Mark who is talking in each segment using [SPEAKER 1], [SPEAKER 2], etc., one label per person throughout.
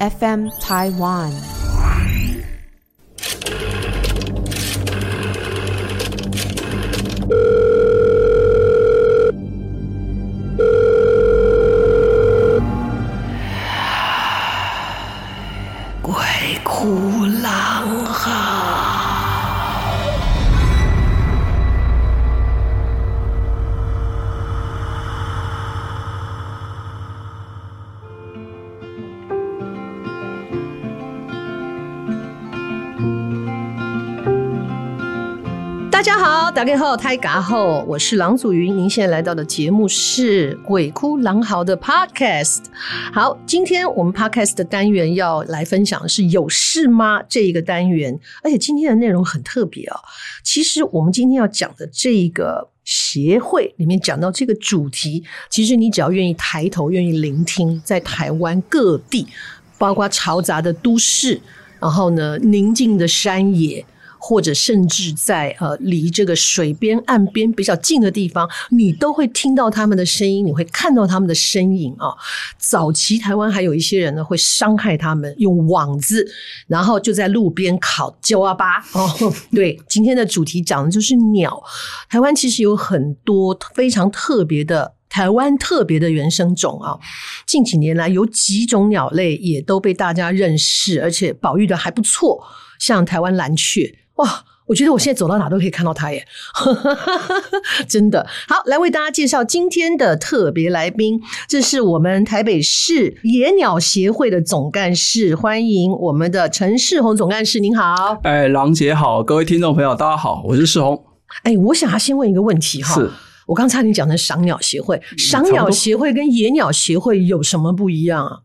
[SPEAKER 1] FM Taiwan。
[SPEAKER 2] 鬼哭狼嚎。大家好，打开后胎嘎后，我是郎祖云。您现在来到的节目是《鬼哭狼嚎》的 Podcast。好，今天我们 Podcast 的单元要来分享的是“有事吗”这一个单元，而且今天的内容很特别哦。其实我们今天要讲的这一个协会里面讲到这个主题，其实你只要愿意抬头、愿意聆听，在台湾各地，包括嘈杂的都市，然后呢宁静的山野，或者甚至在呃离这个水边、岸边比较近的地方，你都会听到他们的声音，你会看到他们的身影啊、早期台湾还有一些人呢会伤害他们，用网子，然后就在路边烤焦啊巴哦。对，今天的主题讲的就是鸟。台湾其实有很多非常特别的。台湾特别的原生种啊，近几年来有几种鸟类也都被大家认识，而且保育的还不错。像台湾蓝雀，哇，我觉得我现在走到哪都可以看到它耶， 真的。好，来为大家介绍今天的特别来宾，这是我们台北市野鸟协会的总干事，欢迎我们的陈世宏总干事，您好。
[SPEAKER 3] 哎，郎姐好，各位听众朋友，大家好，我是世宏。
[SPEAKER 2] 哎，我想要先问一个问题哈。
[SPEAKER 3] 是嗯
[SPEAKER 2] 我刚才你讲成赏鸟协会，赏
[SPEAKER 3] 差不
[SPEAKER 2] 鸟
[SPEAKER 3] 多
[SPEAKER 2] 协会跟野鸟协会有什么不一样啊？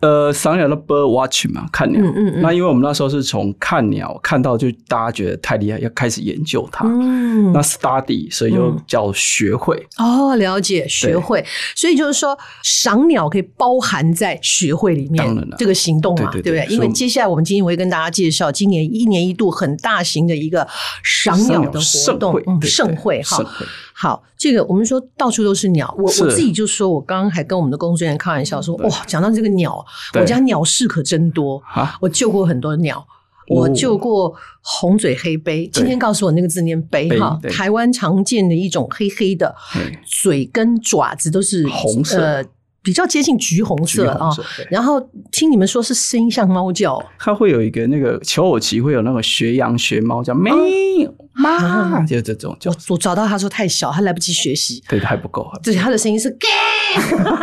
[SPEAKER 3] 呃，赏鸟的 bird watch 嘛，看鸟。
[SPEAKER 2] 嗯嗯
[SPEAKER 3] 那因为我们那时候是从看鸟看到，就大家觉得太厉害，要开始研究它。
[SPEAKER 2] 嗯，
[SPEAKER 3] 那 study，所以就
[SPEAKER 2] 嗯
[SPEAKER 3] 叫学会。
[SPEAKER 2] 哦，了解学会，所以就是说，赏鸟可以包含在学会里面
[SPEAKER 3] 当然了
[SPEAKER 2] 这个行动嘛，
[SPEAKER 3] 对对对
[SPEAKER 2] 不对？
[SPEAKER 3] 所以
[SPEAKER 2] 因为
[SPEAKER 3] 我们
[SPEAKER 2] 接下来我们今天我会跟大家介绍今年一年一度很大型的一个赏鸟的活
[SPEAKER 3] 盛
[SPEAKER 2] 动
[SPEAKER 3] 会，
[SPEAKER 2] 嗯
[SPEAKER 3] 对
[SPEAKER 2] 盛会
[SPEAKER 3] 对
[SPEAKER 2] 哈
[SPEAKER 3] 盛。会
[SPEAKER 2] 好，这个我们说到处都是鸟，我
[SPEAKER 3] 是
[SPEAKER 2] 我自己就说，我刚刚还跟我们的工作人员开玩笑说，
[SPEAKER 3] 对
[SPEAKER 2] 哇，讲到这个鸟，啊
[SPEAKER 3] 对
[SPEAKER 2] 我家鸟事可真多，
[SPEAKER 3] 啊，
[SPEAKER 2] 我救过很多鸟。
[SPEAKER 3] 哦
[SPEAKER 2] 我救过红嘴黑杯，今天告诉我那个字念杯
[SPEAKER 3] 杯
[SPEAKER 2] 哈，
[SPEAKER 3] 对
[SPEAKER 2] 台湾常见的一种黑黑的
[SPEAKER 3] 嘿，
[SPEAKER 2] 嘴跟爪子都是
[SPEAKER 3] 红色
[SPEAKER 2] 呃，比较接近橘红
[SPEAKER 3] 橘
[SPEAKER 2] 色啊
[SPEAKER 3] 红。色。对
[SPEAKER 2] 然后听你们说是声音像猫叫，
[SPEAKER 3] 它会有一个那个求偶期会有那个学羊学猫叫咩
[SPEAKER 2] 啊
[SPEAKER 3] 妈，就这种叫
[SPEAKER 2] 我，我找到他说太小，他来不及学习，
[SPEAKER 3] 对，还不够，还不够
[SPEAKER 2] 对，他的声音是 gay，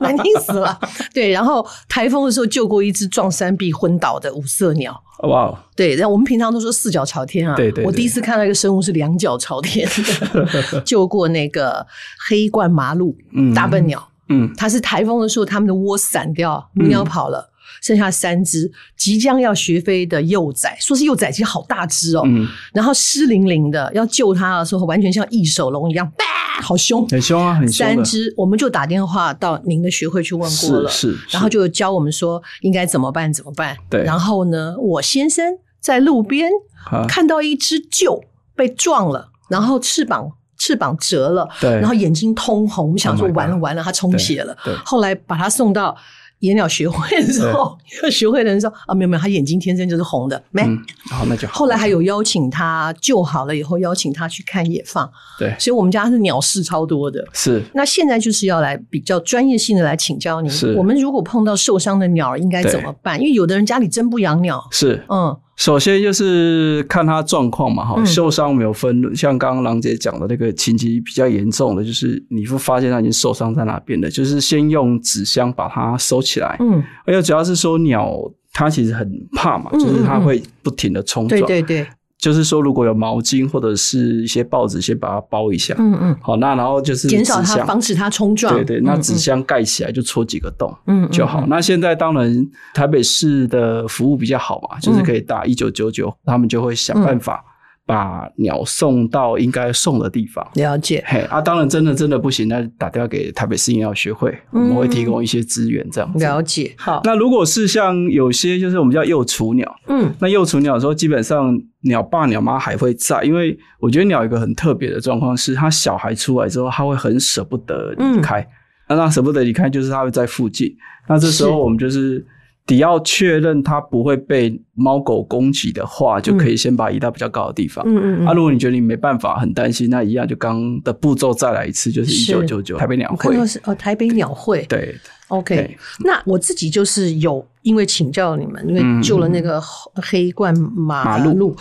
[SPEAKER 2] 难听死了。对，然后台风的时候救过一只撞山壁昏倒的五色鸟。
[SPEAKER 3] 哇哦，
[SPEAKER 2] 对，然后我们平常都说四脚朝天啊，
[SPEAKER 3] 对对对
[SPEAKER 2] 我第一次看到一个生物是两脚朝天 的，救过那个黑冠麻鹭、
[SPEAKER 3] 嗯
[SPEAKER 2] 大笨鸟，
[SPEAKER 3] 嗯，
[SPEAKER 2] 它是台风的时候，它们的窝散掉，
[SPEAKER 3] 嗯
[SPEAKER 2] 母鸟跑了，剩下三只即将要学飞的幼崽，说是幼崽，其实好大只哦，
[SPEAKER 3] 嗯，
[SPEAKER 2] 然后湿淋淋的，要救它的时候，完全像异手龙一样，bah! 好凶。
[SPEAKER 3] 很凶啊，很凶
[SPEAKER 2] 三
[SPEAKER 3] 的，
[SPEAKER 2] 只，我们就打电话到您的学会去问过
[SPEAKER 3] 是
[SPEAKER 2] 了，
[SPEAKER 3] 是，
[SPEAKER 2] 然后
[SPEAKER 3] 是
[SPEAKER 2] 就教我们说应该怎么办，怎么办。
[SPEAKER 3] 对
[SPEAKER 2] 然后呢，我先生在路边
[SPEAKER 3] 啊
[SPEAKER 2] 看到一只鹫被撞了，然后翅膀翅膀折了，
[SPEAKER 3] 对
[SPEAKER 2] 然后眼睛通红，我们想说
[SPEAKER 3] Oh my God
[SPEAKER 2] 完了完了，他充血了
[SPEAKER 3] 对对。
[SPEAKER 2] 后来把他送到。野鸟学会的时候，学会的人说啊，没有没有，他眼睛天生就是红的，没。
[SPEAKER 3] 嗯，好，那就好
[SPEAKER 2] 后来还有邀请他救好了以后，邀请他去看野放，
[SPEAKER 3] 对，
[SPEAKER 2] 所以我们家是鸟事超多的。
[SPEAKER 3] 是
[SPEAKER 2] 那现在就是要来比较专业性的来请教您
[SPEAKER 3] 是，
[SPEAKER 2] 我们如果碰到受伤的鸟儿应该怎么办？因为有的人家里真不养鸟，
[SPEAKER 3] 是，
[SPEAKER 2] 嗯，
[SPEAKER 3] 首先就是看他状况嘛，哈、
[SPEAKER 2] 嗯
[SPEAKER 3] 受伤没有分，像刚刚郎姐讲的那个情节比较严重的，就是你会发现他已经受伤在哪边了，就是先用纸箱把它收起来，
[SPEAKER 2] 嗯，
[SPEAKER 3] 而且主要是说鸟。它其实很怕嘛，
[SPEAKER 2] 嗯
[SPEAKER 3] 就是它
[SPEAKER 2] 嗯嗯
[SPEAKER 3] 会不停的冲撞。
[SPEAKER 2] 对对对，
[SPEAKER 3] 就是说，如果有毛巾或者是一些报纸，先把它包一下。
[SPEAKER 2] 嗯嗯，
[SPEAKER 3] 好，那然后就是
[SPEAKER 2] 减少
[SPEAKER 3] 纸
[SPEAKER 2] 它，
[SPEAKER 3] 箱
[SPEAKER 2] 防止它冲撞。
[SPEAKER 3] 对对，那
[SPEAKER 2] 嗯
[SPEAKER 3] 纸箱盖起来就戳几个洞。
[SPEAKER 2] 嗯嗯
[SPEAKER 3] 就好。
[SPEAKER 2] 嗯
[SPEAKER 3] 那现在当然台北市的服务比较好
[SPEAKER 2] 嗯
[SPEAKER 3] 嘛，就是可以打一九九九，他们就会想办法把鸟送到应该送的地方。
[SPEAKER 2] 了解。
[SPEAKER 3] 嘿啊，当然真的真的不行，那打电话给台北市鸟学会，我们会提供一些资源这样子。
[SPEAKER 2] 嗯了解，好，
[SPEAKER 3] 那如果是像有些就是我们叫幼雏鸟，
[SPEAKER 2] 嗯
[SPEAKER 3] 那幼雏鸟的时候，基本上鸟爸鸟妈还会在，因为
[SPEAKER 2] 嗯
[SPEAKER 3] 我觉得鸟有一个很特别的状况是，它小孩出来之后，它会很舍不得离开。那让舍不得离开就是它会在附近。那这时
[SPEAKER 2] 是
[SPEAKER 3] 候我们就是只要确认它不会被猫狗攻击的话，就可以先把移到比较高的地方。
[SPEAKER 2] 嗯嗯
[SPEAKER 3] 啊，
[SPEAKER 2] 嗯。
[SPEAKER 3] 如果你觉得你没办法，很担心，那一样就刚的步骤再来一次，就是一
[SPEAKER 2] 是
[SPEAKER 3] 九九九台北鸟
[SPEAKER 2] 我看
[SPEAKER 3] 会
[SPEAKER 2] 到。是哦，台北鸟会。
[SPEAKER 3] 对
[SPEAKER 2] OK，
[SPEAKER 3] 对
[SPEAKER 2] 那我自己就是有因为请教你们，因为
[SPEAKER 3] 嗯
[SPEAKER 2] 救了那个黑冠马
[SPEAKER 3] 马路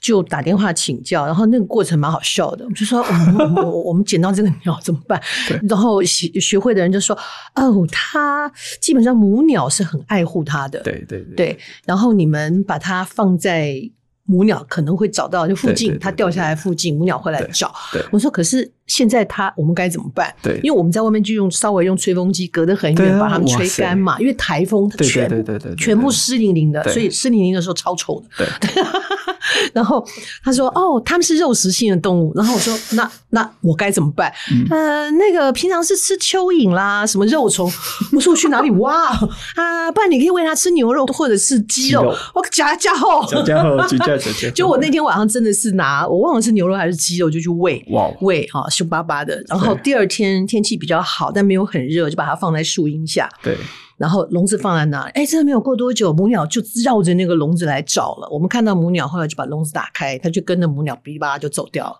[SPEAKER 2] 就打电话请教，然后那个过程蛮好笑的。我们就说，我们我们我我们捡到这个鸟怎么办
[SPEAKER 3] 对？
[SPEAKER 2] 然后学学会的人就说，哦，它基本上母鸟是很爱护它的，
[SPEAKER 3] 对对对，
[SPEAKER 2] 对，然后你们把它放在母鸟可能会找到，就附
[SPEAKER 3] 对对
[SPEAKER 2] 近
[SPEAKER 3] 对
[SPEAKER 2] 它掉下来附近，母鸟会来
[SPEAKER 3] 对
[SPEAKER 2] 找
[SPEAKER 3] 对。
[SPEAKER 2] 我说，可是现在它我们该怎么办？
[SPEAKER 3] 对
[SPEAKER 2] 因为我们在外面就用稍微用吹风机隔得很
[SPEAKER 3] 对
[SPEAKER 2] 远
[SPEAKER 3] 啊
[SPEAKER 2] 把它们
[SPEAKER 3] 哇
[SPEAKER 2] 吹
[SPEAKER 3] 塞
[SPEAKER 2] 干嘛，因为台风它
[SPEAKER 3] 对
[SPEAKER 2] 全
[SPEAKER 3] 对对
[SPEAKER 2] 部
[SPEAKER 3] 对对，对
[SPEAKER 2] 全部湿淋淋的，
[SPEAKER 3] 对
[SPEAKER 2] 所以湿淋淋的时候超丑的。
[SPEAKER 3] 对，
[SPEAKER 2] 然后他说：“哦，他们是肉食性的动物。”然后我 说：“那那我该怎么办？”
[SPEAKER 3] 嗯
[SPEAKER 2] 呃，那个平常是吃蚯蚓啦，什么肉虫。我说我去哪里挖啊？啊不然你可以喂它吃牛肉或者是鸡肉。
[SPEAKER 3] 鸡肉
[SPEAKER 2] 我夹夹后，
[SPEAKER 3] 家 家好，家家家家。
[SPEAKER 2] 就我那天晚上真的是拿我忘了是牛肉还是鸡肉，就去喂。
[SPEAKER 3] 哇哦，
[SPEAKER 2] 喂啊，凶巴巴的。然后
[SPEAKER 3] 对
[SPEAKER 2] 第二天天气比较好，但没有很热，就把它放在树荫下。
[SPEAKER 3] 对
[SPEAKER 2] 然后笼子放在那，哎，真的没有过多久，母鸟就绕着那个笼子来找了。我们看到母鸟，后来就把笼子打开，它就跟着母鸟哔哩吧啦就走掉了。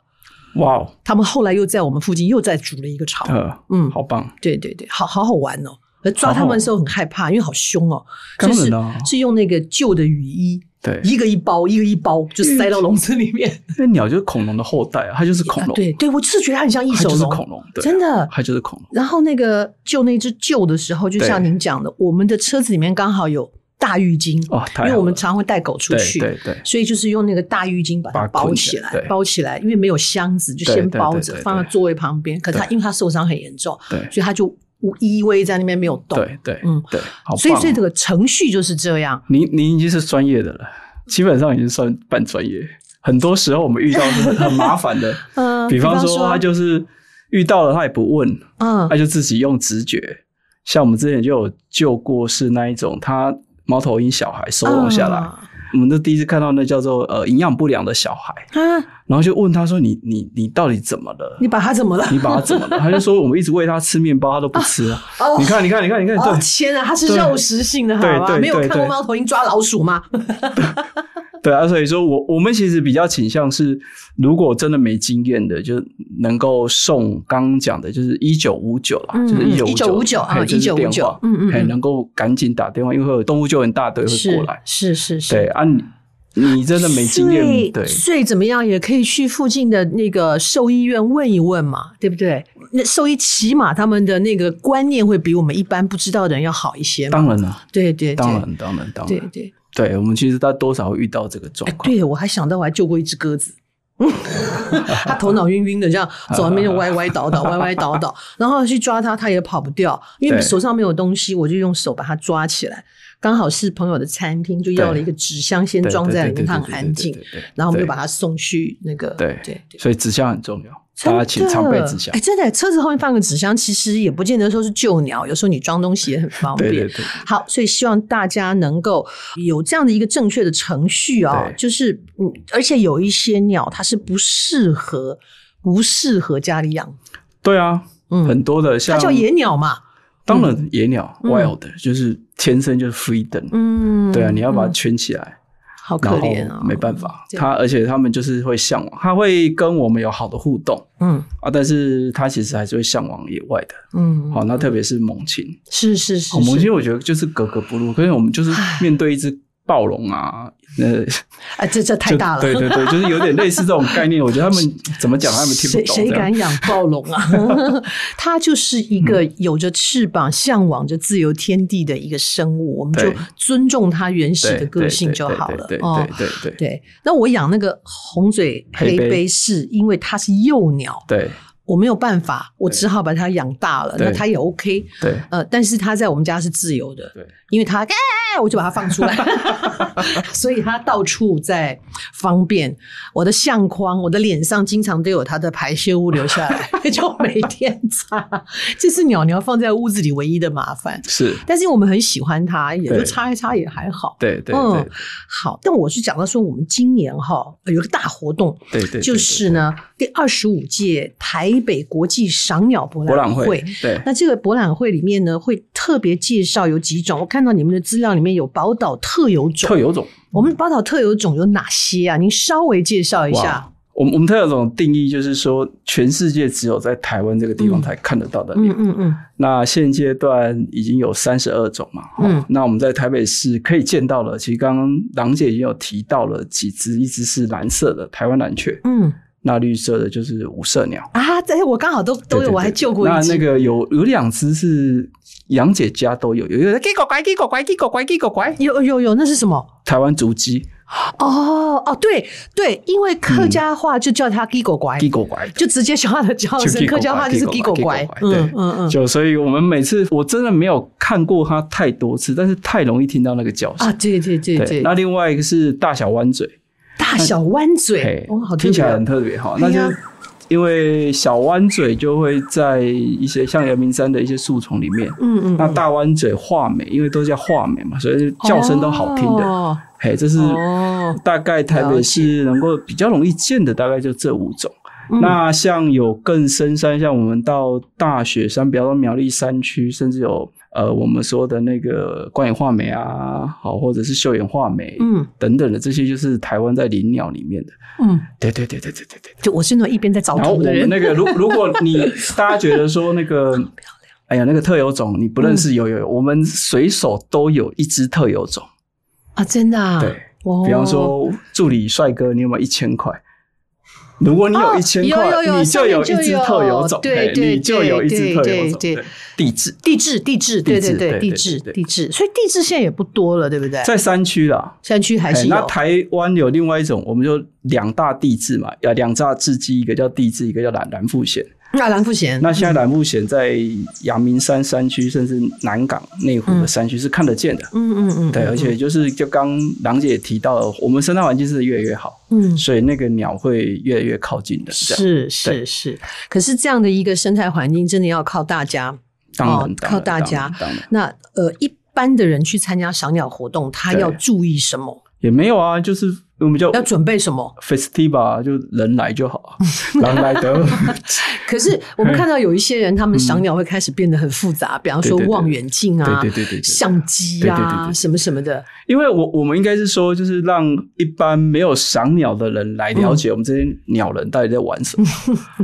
[SPEAKER 3] 哇哦，
[SPEAKER 2] 他们后来又在我们附近又再筑了一个巢。
[SPEAKER 3] 呃，
[SPEAKER 2] 嗯，
[SPEAKER 3] 好棒，
[SPEAKER 2] 对对对，好好好玩哦。而抓它们的时候很害怕，因为好凶哦，
[SPEAKER 3] 当
[SPEAKER 2] 就是
[SPEAKER 3] 然啊
[SPEAKER 2] 是用那个旧的雨衣，
[SPEAKER 3] 对，
[SPEAKER 2] 一个一包，一个一包，就塞到笼子里面。
[SPEAKER 3] 那鸟就是恐龙的后代啊，它就是 恐龙，
[SPEAKER 2] 对对，我就是觉得它很像一
[SPEAKER 3] 它
[SPEAKER 2] 手
[SPEAKER 3] 就是
[SPEAKER 2] 笼，
[SPEAKER 3] 恐龙，对啊
[SPEAKER 2] 真的
[SPEAKER 3] 它就是恐龙，
[SPEAKER 2] 然后那个救那只旧的时候，就
[SPEAKER 3] 对
[SPEAKER 2] 像您讲的，我们的车子里面刚好有大浴巾
[SPEAKER 3] 哦太好
[SPEAKER 2] 因
[SPEAKER 3] 了
[SPEAKER 2] 为我们常会带狗出
[SPEAKER 3] 对
[SPEAKER 2] 去，
[SPEAKER 3] 对对
[SPEAKER 2] 所以就是用那个大浴巾把它
[SPEAKER 3] 把它捆
[SPEAKER 2] 包起来，
[SPEAKER 3] 起来对
[SPEAKER 2] 包起来，因为没有箱子，就先
[SPEAKER 3] 对对
[SPEAKER 2] 包
[SPEAKER 3] 对
[SPEAKER 2] 着，
[SPEAKER 3] 对对
[SPEAKER 2] 放在座位旁边。可它
[SPEAKER 3] 对
[SPEAKER 2] 因为它受伤很严重，
[SPEAKER 3] 对
[SPEAKER 2] 所以它就依偎在那边没有动。
[SPEAKER 3] 对对，
[SPEAKER 2] 嗯
[SPEAKER 3] 对，好棒哦。
[SPEAKER 2] 所以这个程序就是这样。
[SPEAKER 3] 你你已经是专业的了，基本上已经算半专业。很多时候我们遇到是很麻烦的，
[SPEAKER 2] 嗯
[SPEAKER 3] 比方说他就是遇到了他也不问，
[SPEAKER 2] 嗯
[SPEAKER 3] 他就自己用直觉。像我们之前就有救过是那一种，他猫头鹰小孩收容下来，
[SPEAKER 2] 啊
[SPEAKER 3] 我们就第一次看到那叫做呃营养不良的小孩，
[SPEAKER 2] 啊，
[SPEAKER 3] 然后就问他说你你你到底怎么了？
[SPEAKER 2] 你把它怎么了？
[SPEAKER 3] 你把他怎么了？他就说我们一直喂他吃面包，他都不吃啊。
[SPEAKER 2] 哦
[SPEAKER 3] 你看你看你看你看，
[SPEAKER 2] 哦
[SPEAKER 3] 对，
[SPEAKER 2] 天啊，它是
[SPEAKER 3] 对
[SPEAKER 2] 肉食性的，好
[SPEAKER 3] 对
[SPEAKER 2] 吧？
[SPEAKER 3] 对
[SPEAKER 2] 没有
[SPEAKER 3] 对
[SPEAKER 2] 看过
[SPEAKER 3] 对
[SPEAKER 2] 猫头鹰抓老鼠吗？
[SPEAKER 3] 对啊，所以说我我们其实比较倾向是，如果真的没经验的，就能够送刚刚讲的，就是一九五九啦，
[SPEAKER 2] 嗯
[SPEAKER 3] 就是一九
[SPEAKER 2] 1959啊
[SPEAKER 3] 嘿就是电
[SPEAKER 2] 1959
[SPEAKER 3] 话
[SPEAKER 2] 嗯嗯嗯
[SPEAKER 3] 嘿能够赶紧打电话，因为会有动物救援大队会过来。
[SPEAKER 2] 是是是是，
[SPEAKER 3] 对啊你，你真的没经
[SPEAKER 2] 睡
[SPEAKER 3] 验，对
[SPEAKER 2] 睡怎么样也可以去附近的那个兽医院问一问嘛，对不对？那兽医起码他们的那个观念会比我们一般不知道的人要好一些嘛。
[SPEAKER 3] 当然了，
[SPEAKER 2] 对对对，
[SPEAKER 3] 当然当然当
[SPEAKER 2] 对
[SPEAKER 3] 然，
[SPEAKER 2] 对。
[SPEAKER 3] 对我们其实他多少会遇到这个状
[SPEAKER 2] 哎，
[SPEAKER 3] 况，
[SPEAKER 2] 对，我还想到我还救过一只鸽子。它头脑晕晕的，这样走在那边就歪歪倒倒，歪歪倒倒，然后去抓它，它也跑不掉，因为
[SPEAKER 3] 对
[SPEAKER 2] 手上没有东西，我就用手把它抓起来。刚好是朋友的餐厅，就要了一个纸箱，先
[SPEAKER 3] 对
[SPEAKER 2] 装在里面，
[SPEAKER 3] 对对对
[SPEAKER 2] 它很
[SPEAKER 3] 对对
[SPEAKER 2] 安静
[SPEAKER 3] 对。对对
[SPEAKER 2] 然后我们就把
[SPEAKER 3] 对
[SPEAKER 2] 它送去那个
[SPEAKER 3] 对
[SPEAKER 2] 对对，
[SPEAKER 3] 所以指向很重要，大家请常备指向
[SPEAKER 2] 哎，，真的，车子后面放个纸箱，其实也不见得说是救鸟，有时候你装东西也很方便。
[SPEAKER 3] 对对对。
[SPEAKER 2] 好，所以希望大家能够有这样的一个正确的程序啊、
[SPEAKER 3] 对
[SPEAKER 2] 就是嗯，而且有一些鸟它是不适合不适合家里养，
[SPEAKER 3] 对啊，
[SPEAKER 2] 嗯，
[SPEAKER 3] 很多的
[SPEAKER 2] 它
[SPEAKER 3] 像
[SPEAKER 2] 叫野鸟嘛，
[SPEAKER 3] 当然，野鸟、
[SPEAKER 2] 嗯
[SPEAKER 3] wild 就是天生就是 freedom，、
[SPEAKER 2] 嗯，
[SPEAKER 3] 对啊，你要把它
[SPEAKER 2] 嗯
[SPEAKER 3] 圈起来，
[SPEAKER 2] 好可怜
[SPEAKER 3] 然
[SPEAKER 2] 啊、
[SPEAKER 3] 后没办法，
[SPEAKER 2] 对
[SPEAKER 3] 它而且它们就是会向往，它会跟我们有好的互动
[SPEAKER 2] 嗯
[SPEAKER 3] 啊，但是它其实还是会向往野外的。
[SPEAKER 2] 嗯，
[SPEAKER 3] 好、那特别是猛禽，
[SPEAKER 2] 是是是
[SPEAKER 3] 好猛
[SPEAKER 2] 是
[SPEAKER 3] 禽我觉得就是格格不入，可是我们就是面对一只暴龙啊，呃，
[SPEAKER 2] 哎，这这太
[SPEAKER 3] 就
[SPEAKER 2] 大了，
[SPEAKER 3] 对对对，就是有点类似这种概念，我觉得他们怎么讲他们听不
[SPEAKER 2] 谁
[SPEAKER 3] 懂，
[SPEAKER 2] 谁
[SPEAKER 3] 这样
[SPEAKER 2] 敢养暴龙 啊？它就是一个
[SPEAKER 3] 嗯
[SPEAKER 2] 有着翅膀、向往着自由天地的一个生物，我们就
[SPEAKER 3] 对
[SPEAKER 2] 尊重它原始的
[SPEAKER 3] 对
[SPEAKER 2] 个
[SPEAKER 3] 对
[SPEAKER 2] 性
[SPEAKER 3] 对
[SPEAKER 2] 就
[SPEAKER 3] 对
[SPEAKER 2] 好
[SPEAKER 3] 对
[SPEAKER 2] 了
[SPEAKER 3] 对。
[SPEAKER 2] 哦
[SPEAKER 3] 对，对对
[SPEAKER 2] 对。那我养那个红嘴黑
[SPEAKER 3] 黑背
[SPEAKER 2] 背是因为它是幼鸟，
[SPEAKER 3] 对
[SPEAKER 2] 我没有办法，我
[SPEAKER 3] 对
[SPEAKER 2] 只好把它养大了。
[SPEAKER 3] 对
[SPEAKER 2] 那它也 OK，
[SPEAKER 3] 对
[SPEAKER 2] 呃，但是它在我们家是自由的。
[SPEAKER 3] 对，
[SPEAKER 2] 因为它，哎，我就把它放出来， 所以它到处在方便。我的相框，我的脸上经常都有它的排泄物留下来， 就每天擦。这是鸟鸟放在屋子里唯一的麻烦，
[SPEAKER 3] 是，
[SPEAKER 2] 但是因为我们很喜欢它，也就
[SPEAKER 3] 对
[SPEAKER 2] 擦一擦也还好。
[SPEAKER 3] 对对对
[SPEAKER 2] 嗯好，但我是讲到说，呃我们今年哈有一个大活动，
[SPEAKER 3] 对对对，
[SPEAKER 2] 就是呢，第二十五届台北国际赏鸟博
[SPEAKER 3] 博览
[SPEAKER 2] 会
[SPEAKER 3] 会，对，
[SPEAKER 2] 那这个博览会里面呢，会特别介绍有几种。我看到你们的资料里面有宝岛特有种，
[SPEAKER 3] 特有种。
[SPEAKER 2] 我们宝岛特有种有哪些啊？您稍微介绍一下。
[SPEAKER 3] 我们我们特有种的定义就是说，全世界只有在台湾这个地方才看得到的
[SPEAKER 2] 嗯
[SPEAKER 3] 鸟。
[SPEAKER 2] 嗯嗯，
[SPEAKER 3] 那现阶段已经有三十二种嘛，
[SPEAKER 2] 嗯
[SPEAKER 3] 哦那我们在台北市可以见到了。其实刚刚郎姐已经有提到了几只，一只是蓝色的台湾蓝雀，
[SPEAKER 2] 嗯
[SPEAKER 3] 那绿色的就是五色鸟。
[SPEAKER 2] 啊，对，我刚好都都
[SPEAKER 3] 对
[SPEAKER 2] 有，
[SPEAKER 3] 对
[SPEAKER 2] 我还
[SPEAKER 3] 对
[SPEAKER 2] 救过
[SPEAKER 3] 那
[SPEAKER 2] 一只。
[SPEAKER 3] 那个有有两只是杨姐家都有，有一个哎叽咕乖叽咕乖叽咕乖叽咕乖，
[SPEAKER 2] 有有有，那是什么？
[SPEAKER 3] 台湾竹鸡
[SPEAKER 2] 哦哦，对对，因为客家话就叫它“鸡狗拐
[SPEAKER 3] 叽咕乖”，。
[SPEAKER 2] 就直接叫它的叫
[SPEAKER 3] 就
[SPEAKER 2] 声。
[SPEAKER 3] 鸡狗
[SPEAKER 2] 客家话就是“鸡狗拐”。
[SPEAKER 3] 鸡狗拐
[SPEAKER 2] 嗯
[SPEAKER 3] 对
[SPEAKER 2] 嗯嗯。
[SPEAKER 3] 就所以，我们每次我真的没有看过它太多次，但是太容易听到那个叫声。
[SPEAKER 2] 啊，对对对对，
[SPEAKER 3] 那另外一个是大小弯嘴，
[SPEAKER 2] 大小弯嘴
[SPEAKER 3] 嘿，
[SPEAKER 2] 哇，好特别
[SPEAKER 3] 听起来
[SPEAKER 2] 哦
[SPEAKER 3] 很特别啊哈。
[SPEAKER 2] 哎
[SPEAKER 3] 那
[SPEAKER 2] 呀
[SPEAKER 3] 就因为小弯嘴就会在一些像阳明山的一些树丛里面，
[SPEAKER 2] 嗯嗯，
[SPEAKER 3] 那
[SPEAKER 2] 嗯
[SPEAKER 3] 大弯嘴画眉，因为都叫画眉嘛，所以叫声都好听的。
[SPEAKER 2] 哦
[SPEAKER 3] 嘿，这是
[SPEAKER 2] 哦
[SPEAKER 3] 大概台北市能够比较容易见的，大概就这五种。
[SPEAKER 2] 嗯
[SPEAKER 3] 那像有更深山，像我们到大雪山，比方说苗栗山区，甚至有呃我们说的那个观眼画眉啊，好或者是秀眼画眉、
[SPEAKER 2] 嗯
[SPEAKER 3] 等等的，这些就是台湾在林鸟里面的。
[SPEAKER 2] 嗯，
[SPEAKER 3] 对对对对对对对。
[SPEAKER 2] 就我是那种一边在找
[SPEAKER 3] 然后
[SPEAKER 2] 图
[SPEAKER 3] 我
[SPEAKER 2] 的
[SPEAKER 3] 们
[SPEAKER 2] 人。
[SPEAKER 3] 那个，如如果你大家觉得说那个，哎呀，那个特有种你不认识，有有有，我们随手都有一只特有种。
[SPEAKER 2] 啊，真的、啊，
[SPEAKER 3] 对
[SPEAKER 2] 哦，
[SPEAKER 3] 比方说助理帅哥，你有没有一千块？如果你有
[SPEAKER 2] 哦
[SPEAKER 3] 一千
[SPEAKER 2] 有有有
[SPEAKER 3] 块，你就有一
[SPEAKER 2] 上面
[SPEAKER 3] 只
[SPEAKER 2] 就有
[SPEAKER 3] 特有种，
[SPEAKER 2] 对
[SPEAKER 3] 嘿
[SPEAKER 2] 对
[SPEAKER 3] 你就有一只特有种
[SPEAKER 2] 对对对
[SPEAKER 3] 对地质，
[SPEAKER 2] 地质，地质，对对
[SPEAKER 3] 地质
[SPEAKER 2] 对，
[SPEAKER 3] 对
[SPEAKER 2] 地
[SPEAKER 3] 对
[SPEAKER 2] 质，
[SPEAKER 3] 对
[SPEAKER 2] 地质，所以地质现在也不多了，对不对？
[SPEAKER 3] 在山区啦。
[SPEAKER 2] 山区还
[SPEAKER 3] 嘿
[SPEAKER 2] 是
[SPEAKER 3] 那
[SPEAKER 2] 有，
[SPEAKER 3] 台湾有另外一种，我们就两大地质嘛，呃，两大地质，一个叫地质，一个叫蓝蓝腹鹇。
[SPEAKER 2] 那蓝富贤，
[SPEAKER 3] 那现在蓝腹鹇在阳明山山区，甚至南港内湖的山区是看得见的。
[SPEAKER 2] 嗯嗯嗯，
[SPEAKER 3] 对，而且就是就刚郎姐也提到了，我们生态环境是越来越好，
[SPEAKER 2] 嗯。
[SPEAKER 3] 所以那个鸟会越来越靠近的。这样，
[SPEAKER 2] 是是是，可是这样的一个生态环境，真的要靠大家。
[SPEAKER 3] 当然，
[SPEAKER 2] 哦
[SPEAKER 3] 当然
[SPEAKER 2] 靠大
[SPEAKER 3] 当然
[SPEAKER 2] 家
[SPEAKER 3] 当然。
[SPEAKER 2] 那呃，一般的人去参加赏鸟活动，他
[SPEAKER 3] 对
[SPEAKER 2] 要注意什么？
[SPEAKER 3] 也没有啊，就是我们叫
[SPEAKER 2] 要准备什么？
[SPEAKER 3] festival，就人来就好 啊，人来得。
[SPEAKER 2] 可是我
[SPEAKER 3] 嗯
[SPEAKER 2] 们看到有一些人，他们赏鸟会开始变得很复杂，比方
[SPEAKER 3] 对
[SPEAKER 2] 说
[SPEAKER 3] 对对
[SPEAKER 2] 望远镜啊、
[SPEAKER 3] 对对对对对对
[SPEAKER 2] 相机
[SPEAKER 3] 对对对
[SPEAKER 2] 啊
[SPEAKER 3] 对对
[SPEAKER 2] 什么什么的。
[SPEAKER 3] 因为我我们应该是说，就是让一般没有赏鸟的人来了
[SPEAKER 2] 嗯
[SPEAKER 3] 解我们这些鸟人到底在玩 什么。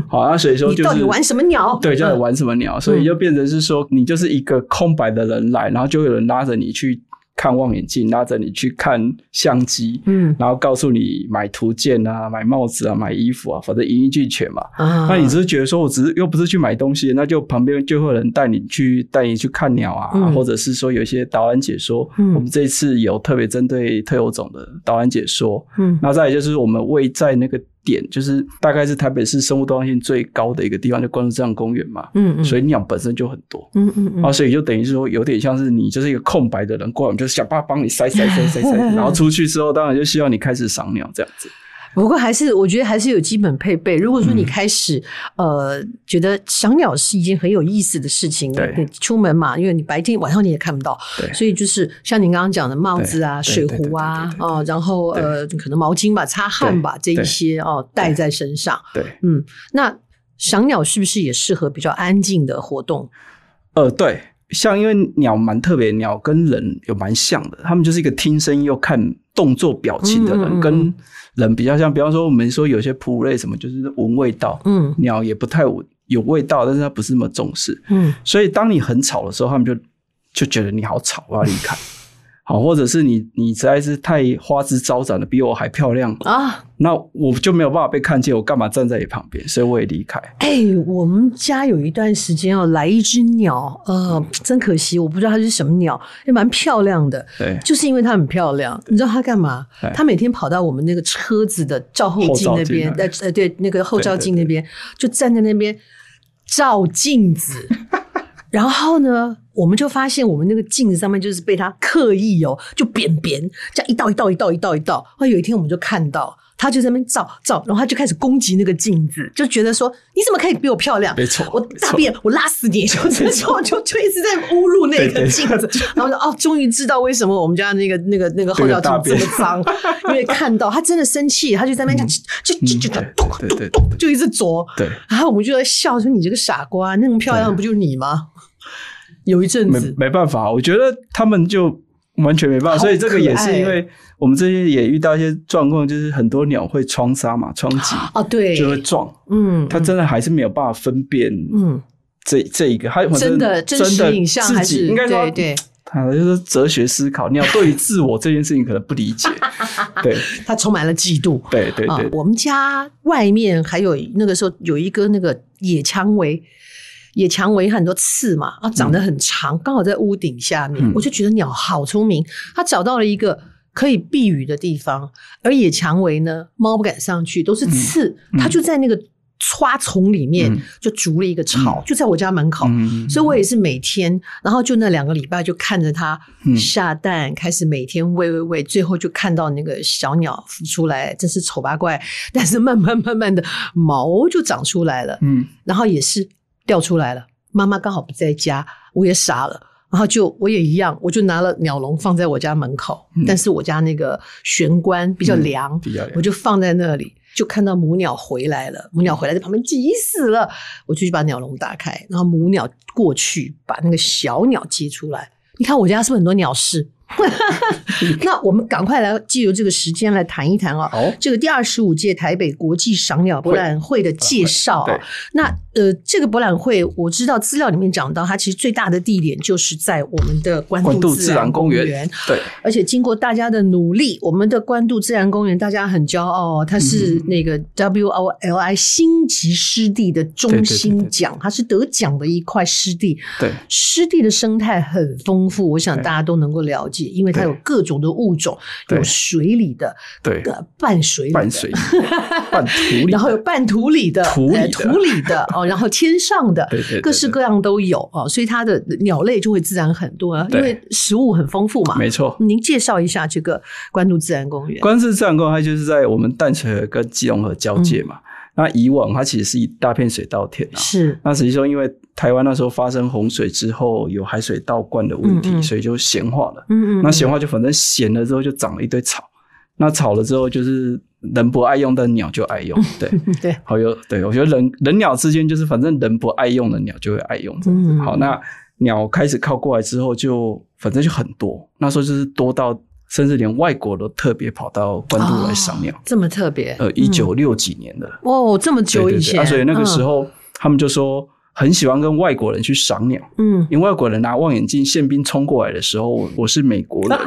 [SPEAKER 3] 好，那啊所以说
[SPEAKER 2] 你
[SPEAKER 3] 就是
[SPEAKER 2] 到底玩什么鸟？
[SPEAKER 3] 对，到底
[SPEAKER 2] 嗯
[SPEAKER 3] 玩什么鸟？所以就变成是说，你就是一个空白的人来，然后就有人拉着你去看望远镜，拉着你去看相机，
[SPEAKER 2] 嗯
[SPEAKER 3] 然后告诉你买图鉴啊、买帽子啊、买衣服啊，反正一应俱全嘛。
[SPEAKER 2] 啊，
[SPEAKER 3] 那你只是觉得说，我只是又不是去买东西，那就旁边就会有人带你去带你去看鸟啊，
[SPEAKER 2] 嗯
[SPEAKER 3] 或者是说有一些导览解说。
[SPEAKER 2] 嗯
[SPEAKER 3] 我们这一次有特别针对特有种的导览解说。
[SPEAKER 2] 嗯
[SPEAKER 3] 那再来就是我们位在那个点，就是大概是台北市生物多样性最高的一个地方，就关渡自然公园嘛，
[SPEAKER 2] 嗯嗯，
[SPEAKER 3] 所
[SPEAKER 2] 以
[SPEAKER 3] 以鸟本身就很多。
[SPEAKER 2] 嗯嗯嗯
[SPEAKER 3] 啊，所以就等于是说，有点像是你就是一个空白的人过来，我们就想办法帮你塞塞塞 塞塞，然后出去之后，当然就希望你开始赏鸟这样子。
[SPEAKER 2] 不过还是我觉得还是有基本配备。如果
[SPEAKER 3] 嗯
[SPEAKER 2] 说你开始、呃觉得赏鸟是一件很有意思的事情，
[SPEAKER 3] 对
[SPEAKER 2] 你出门嘛，因为你白天晚上你也看不到，
[SPEAKER 3] 对
[SPEAKER 2] 所以就是像您刚刚讲的帽子啊、
[SPEAKER 3] 对
[SPEAKER 2] 水壶啊
[SPEAKER 3] 对对对对、对
[SPEAKER 2] 啊、然后呃可能毛巾吧、擦汗吧这
[SPEAKER 3] 对
[SPEAKER 2] 一些哦带在身上。
[SPEAKER 3] 对，
[SPEAKER 2] 嗯，那赏鸟是不是也适合比较安静的活动？
[SPEAKER 3] 呃，对，像因为鸟蛮特别，鸟跟人有蛮像的，他们就是一个听声音又看动作表情的人，
[SPEAKER 2] 嗯嗯嗯
[SPEAKER 3] 跟人比较像。比方说，我们说有些哺乳类什么，就是闻味道，
[SPEAKER 2] 嗯
[SPEAKER 3] 鸟也不太闻有味道，但是它不是那么重视。
[SPEAKER 2] 嗯
[SPEAKER 3] 所以当你很吵的时候，他们就就觉得你好吵，我要离开。好，或者是你你实在是太花枝招展了，比我还漂亮，
[SPEAKER 2] 啊，
[SPEAKER 3] 那我就没有办法被看见，我干嘛站在你旁边？所以我也离开。
[SPEAKER 2] 哎、我们家有一段时间要哦来一只鸟，呃，真可惜，我不知道它是什么鸟，也蛮漂亮的。
[SPEAKER 3] 对，
[SPEAKER 2] 就是因为它很漂亮，你知道它干嘛
[SPEAKER 3] 对？
[SPEAKER 2] 它每天跑到我们那个车子的照后
[SPEAKER 3] 后
[SPEAKER 2] 镜
[SPEAKER 3] 照
[SPEAKER 2] 那
[SPEAKER 3] 镜
[SPEAKER 2] 边，
[SPEAKER 3] 那
[SPEAKER 2] 呃呃，对，那个后
[SPEAKER 3] 对
[SPEAKER 2] 照
[SPEAKER 3] 对
[SPEAKER 2] 镜
[SPEAKER 3] 对
[SPEAKER 2] 那边，就站在那边照镜子。 然后呢，我们就发现我们那个镜子上面就是被它刻意哦，就扁扁，这样一道一道一道一道一道。后来有一天我们就看到他就在那边照照，然后他就开始攻击那个镜子，就觉得说你怎么可以比我漂亮？
[SPEAKER 3] 没错
[SPEAKER 2] 我
[SPEAKER 3] 没
[SPEAKER 2] 大
[SPEAKER 3] 错
[SPEAKER 2] 便我拉死你！ 就这种就就一直在侮辱那
[SPEAKER 3] 对
[SPEAKER 2] 个
[SPEAKER 3] 对
[SPEAKER 2] 镜子，然后说哦，终于知道为什么我们家那个那个那个后
[SPEAKER 3] 对
[SPEAKER 2] 照
[SPEAKER 3] 大
[SPEAKER 2] 镜这么
[SPEAKER 3] 便
[SPEAKER 2] 脏，因为看到他真的生气，他就在那边就就就就就
[SPEAKER 3] 嗯
[SPEAKER 2] 咚
[SPEAKER 3] 对
[SPEAKER 2] 咚
[SPEAKER 3] 对对对
[SPEAKER 2] 咚
[SPEAKER 3] 对
[SPEAKER 2] 就一直啄，
[SPEAKER 3] 对，
[SPEAKER 2] 然后我们就在笑说你这个傻瓜，那么漂亮的不就是你吗？有一阵
[SPEAKER 3] 没
[SPEAKER 2] 子，
[SPEAKER 3] 没办法，我觉得他们就完全没办
[SPEAKER 2] 好
[SPEAKER 3] 法，所以这个也
[SPEAKER 2] 可爱
[SPEAKER 3] 是因为我们这些也遇到一些状况，就是很多鸟会窗杀嘛，窗击
[SPEAKER 2] 哦对，
[SPEAKER 3] 就会撞，
[SPEAKER 2] 嗯，
[SPEAKER 3] 它真的还是没有办法分辨
[SPEAKER 2] 嗯
[SPEAKER 3] 这这一个，它可能
[SPEAKER 2] 真的真
[SPEAKER 3] 真的
[SPEAKER 2] 实影像
[SPEAKER 3] 自
[SPEAKER 2] 还
[SPEAKER 3] 己
[SPEAKER 2] 是
[SPEAKER 3] 应该说
[SPEAKER 2] 对对，
[SPEAKER 3] 它就是哲学思考，鸟对于自我这件事情可能不 理解，对
[SPEAKER 2] 他充满了嫉妒。
[SPEAKER 3] 对对
[SPEAKER 2] 啊
[SPEAKER 3] 对，，
[SPEAKER 2] 我们家外面还有那个时候有一个那个野蔷薇，野蔷薇很多刺嘛，啊，长得很长，刚、好在屋顶下面，
[SPEAKER 3] 嗯
[SPEAKER 2] 我就觉得鸟好聪明，它找到了一个。可以避雨的地方，而野蔷薇呢，猫不敢上去，都是刺，它就在那个歘丛里面、
[SPEAKER 3] 嗯
[SPEAKER 2] 就筑了一个巢，
[SPEAKER 3] 嗯
[SPEAKER 2] 就在我家门口。
[SPEAKER 3] 嗯
[SPEAKER 2] 所以我也是每天，然后就那两个礼拜就看着它
[SPEAKER 3] 嗯
[SPEAKER 2] 下蛋，开始每天喂喂喂，最后就看到那个小鸟孵出来，真是丑八怪。但是慢慢慢慢的毛就长出来了，
[SPEAKER 3] 嗯
[SPEAKER 2] 然后也是掉出来了。妈妈刚好不在家，我也傻了。然后就我也一样，我就拿了鸟笼放在我家门口，
[SPEAKER 3] 嗯
[SPEAKER 2] 但是我家那个玄关比较
[SPEAKER 3] 嗯
[SPEAKER 2] 凉，
[SPEAKER 3] 比较
[SPEAKER 2] 我就放在那里，就看到母鸟回来了。母鸟回来在旁边急死了，我就去把鸟笼打开，然后母鸟过去把那个小鸟接出来。你看我家是不是很多鸟 事？那我们赶快来借由这个时间来谈一谈啊、
[SPEAKER 3] 好
[SPEAKER 2] 这个第二十五届台北国际赏鸟博览会的介绍啊、
[SPEAKER 3] 对
[SPEAKER 2] 那呃，这个博览会我知道资料里面讲到，它其实最大的地点就是在我们的关
[SPEAKER 3] 关
[SPEAKER 2] 渡
[SPEAKER 3] 渡
[SPEAKER 2] 自
[SPEAKER 3] 自
[SPEAKER 2] 然
[SPEAKER 3] 然
[SPEAKER 2] 公
[SPEAKER 3] 公
[SPEAKER 2] 园
[SPEAKER 3] 园。对。
[SPEAKER 2] 而且经过大家的努力，我们的关渡自然公园大家很骄傲哦，它是
[SPEAKER 3] 嗯
[SPEAKER 2] 那个 W O L I 星级湿地的中
[SPEAKER 3] 对对对
[SPEAKER 2] 心
[SPEAKER 3] 对
[SPEAKER 2] 奖，它是得奖的一块湿地。
[SPEAKER 3] 对
[SPEAKER 2] 湿地的生态很丰富，我想
[SPEAKER 3] 对
[SPEAKER 2] 大家都能够了解，因为它
[SPEAKER 3] 对
[SPEAKER 2] 有各种的物种，
[SPEAKER 3] 对
[SPEAKER 2] 有水里的、
[SPEAKER 3] 对
[SPEAKER 2] 呃半水里的
[SPEAKER 3] 半水半土里的，
[SPEAKER 2] 然后有半土里的、
[SPEAKER 3] 土里的
[SPEAKER 2] 呃土里的哦，然后天上的，
[SPEAKER 3] 对对对对
[SPEAKER 2] 各式各样都有哦，所以它的鸟类就会自然很多，因
[SPEAKER 3] 对
[SPEAKER 2] 为食物很丰富嘛。
[SPEAKER 3] 没错，
[SPEAKER 2] 您介绍一下这个关渡自然公园。
[SPEAKER 3] 关市自然公园它就是在我们淡水河跟基隆河交界嘛。那以往它其实是一大片水稻田啊。
[SPEAKER 2] 嗯是，
[SPEAKER 3] 那实际上，因为台湾那时候发生洪水之后，有海水倒灌的问题，
[SPEAKER 2] 嗯嗯
[SPEAKER 3] 所以就咸化了。
[SPEAKER 2] 嗯
[SPEAKER 3] 那咸化就反正咸了之后就长了一堆草，那草了之后就是人不爱用，但鸟就爱用。 对，
[SPEAKER 2] 嗯对，
[SPEAKER 3] 好有对我觉得人人鸟之间就是反正人不爱用的鸟就会爱用这样子。
[SPEAKER 2] 嗯
[SPEAKER 3] 好，那鸟开始靠过来之后就反正就很多，那时候就是多到甚至连外国都特别跑到关渡来赏鸟。
[SPEAKER 2] 哦这么特别，
[SPEAKER 3] 呃，一九六几年的，
[SPEAKER 2] 哦，这么久
[SPEAKER 3] 对对
[SPEAKER 2] 以
[SPEAKER 3] 对
[SPEAKER 2] 前，嗯
[SPEAKER 3] 啊，所以那个时
[SPEAKER 2] 候，
[SPEAKER 3] 候、他们就说很喜欢跟外国人去赏鸟，
[SPEAKER 2] 嗯，
[SPEAKER 3] 因为外国人拿望远镜宪兵冲过来的时候，我我是美国 人，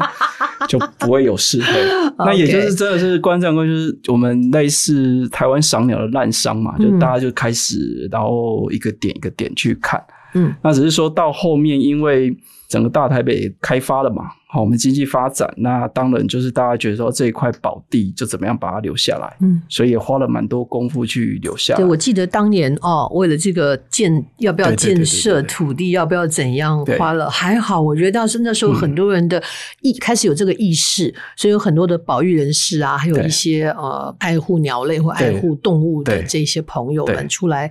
[SPEAKER 3] 就不会有事。对那也就是真的是观战官，就是我们类似台湾赏鸟的滥觞嘛，就
[SPEAKER 2] 嗯
[SPEAKER 3] 大家就开始，然后一个点一个点去看。
[SPEAKER 2] 嗯，
[SPEAKER 3] 那只是说到后面，因为整个大台北开发了嘛，好，我们经济发展，那当然就是大家觉得说这一块宝地就怎么样把它留下来，
[SPEAKER 2] 嗯，
[SPEAKER 3] 所以也花了蛮多功夫去留下
[SPEAKER 2] 对，
[SPEAKER 3] 来。
[SPEAKER 2] 我记得当年哦，为了这个建要不要
[SPEAKER 3] 对对对
[SPEAKER 2] 建设
[SPEAKER 3] 对对对
[SPEAKER 2] 土地，要不要怎样，
[SPEAKER 3] 对
[SPEAKER 2] 花了还好，我觉得当时那时候很多人的意、开始有这个意识，所以有很多的保育人士啊，还有
[SPEAKER 3] 对
[SPEAKER 2] 一些呃爱护鸟类或爱
[SPEAKER 3] 对
[SPEAKER 2] 护动物的
[SPEAKER 3] 对
[SPEAKER 2] 这些朋友
[SPEAKER 3] 对
[SPEAKER 2] 们出来。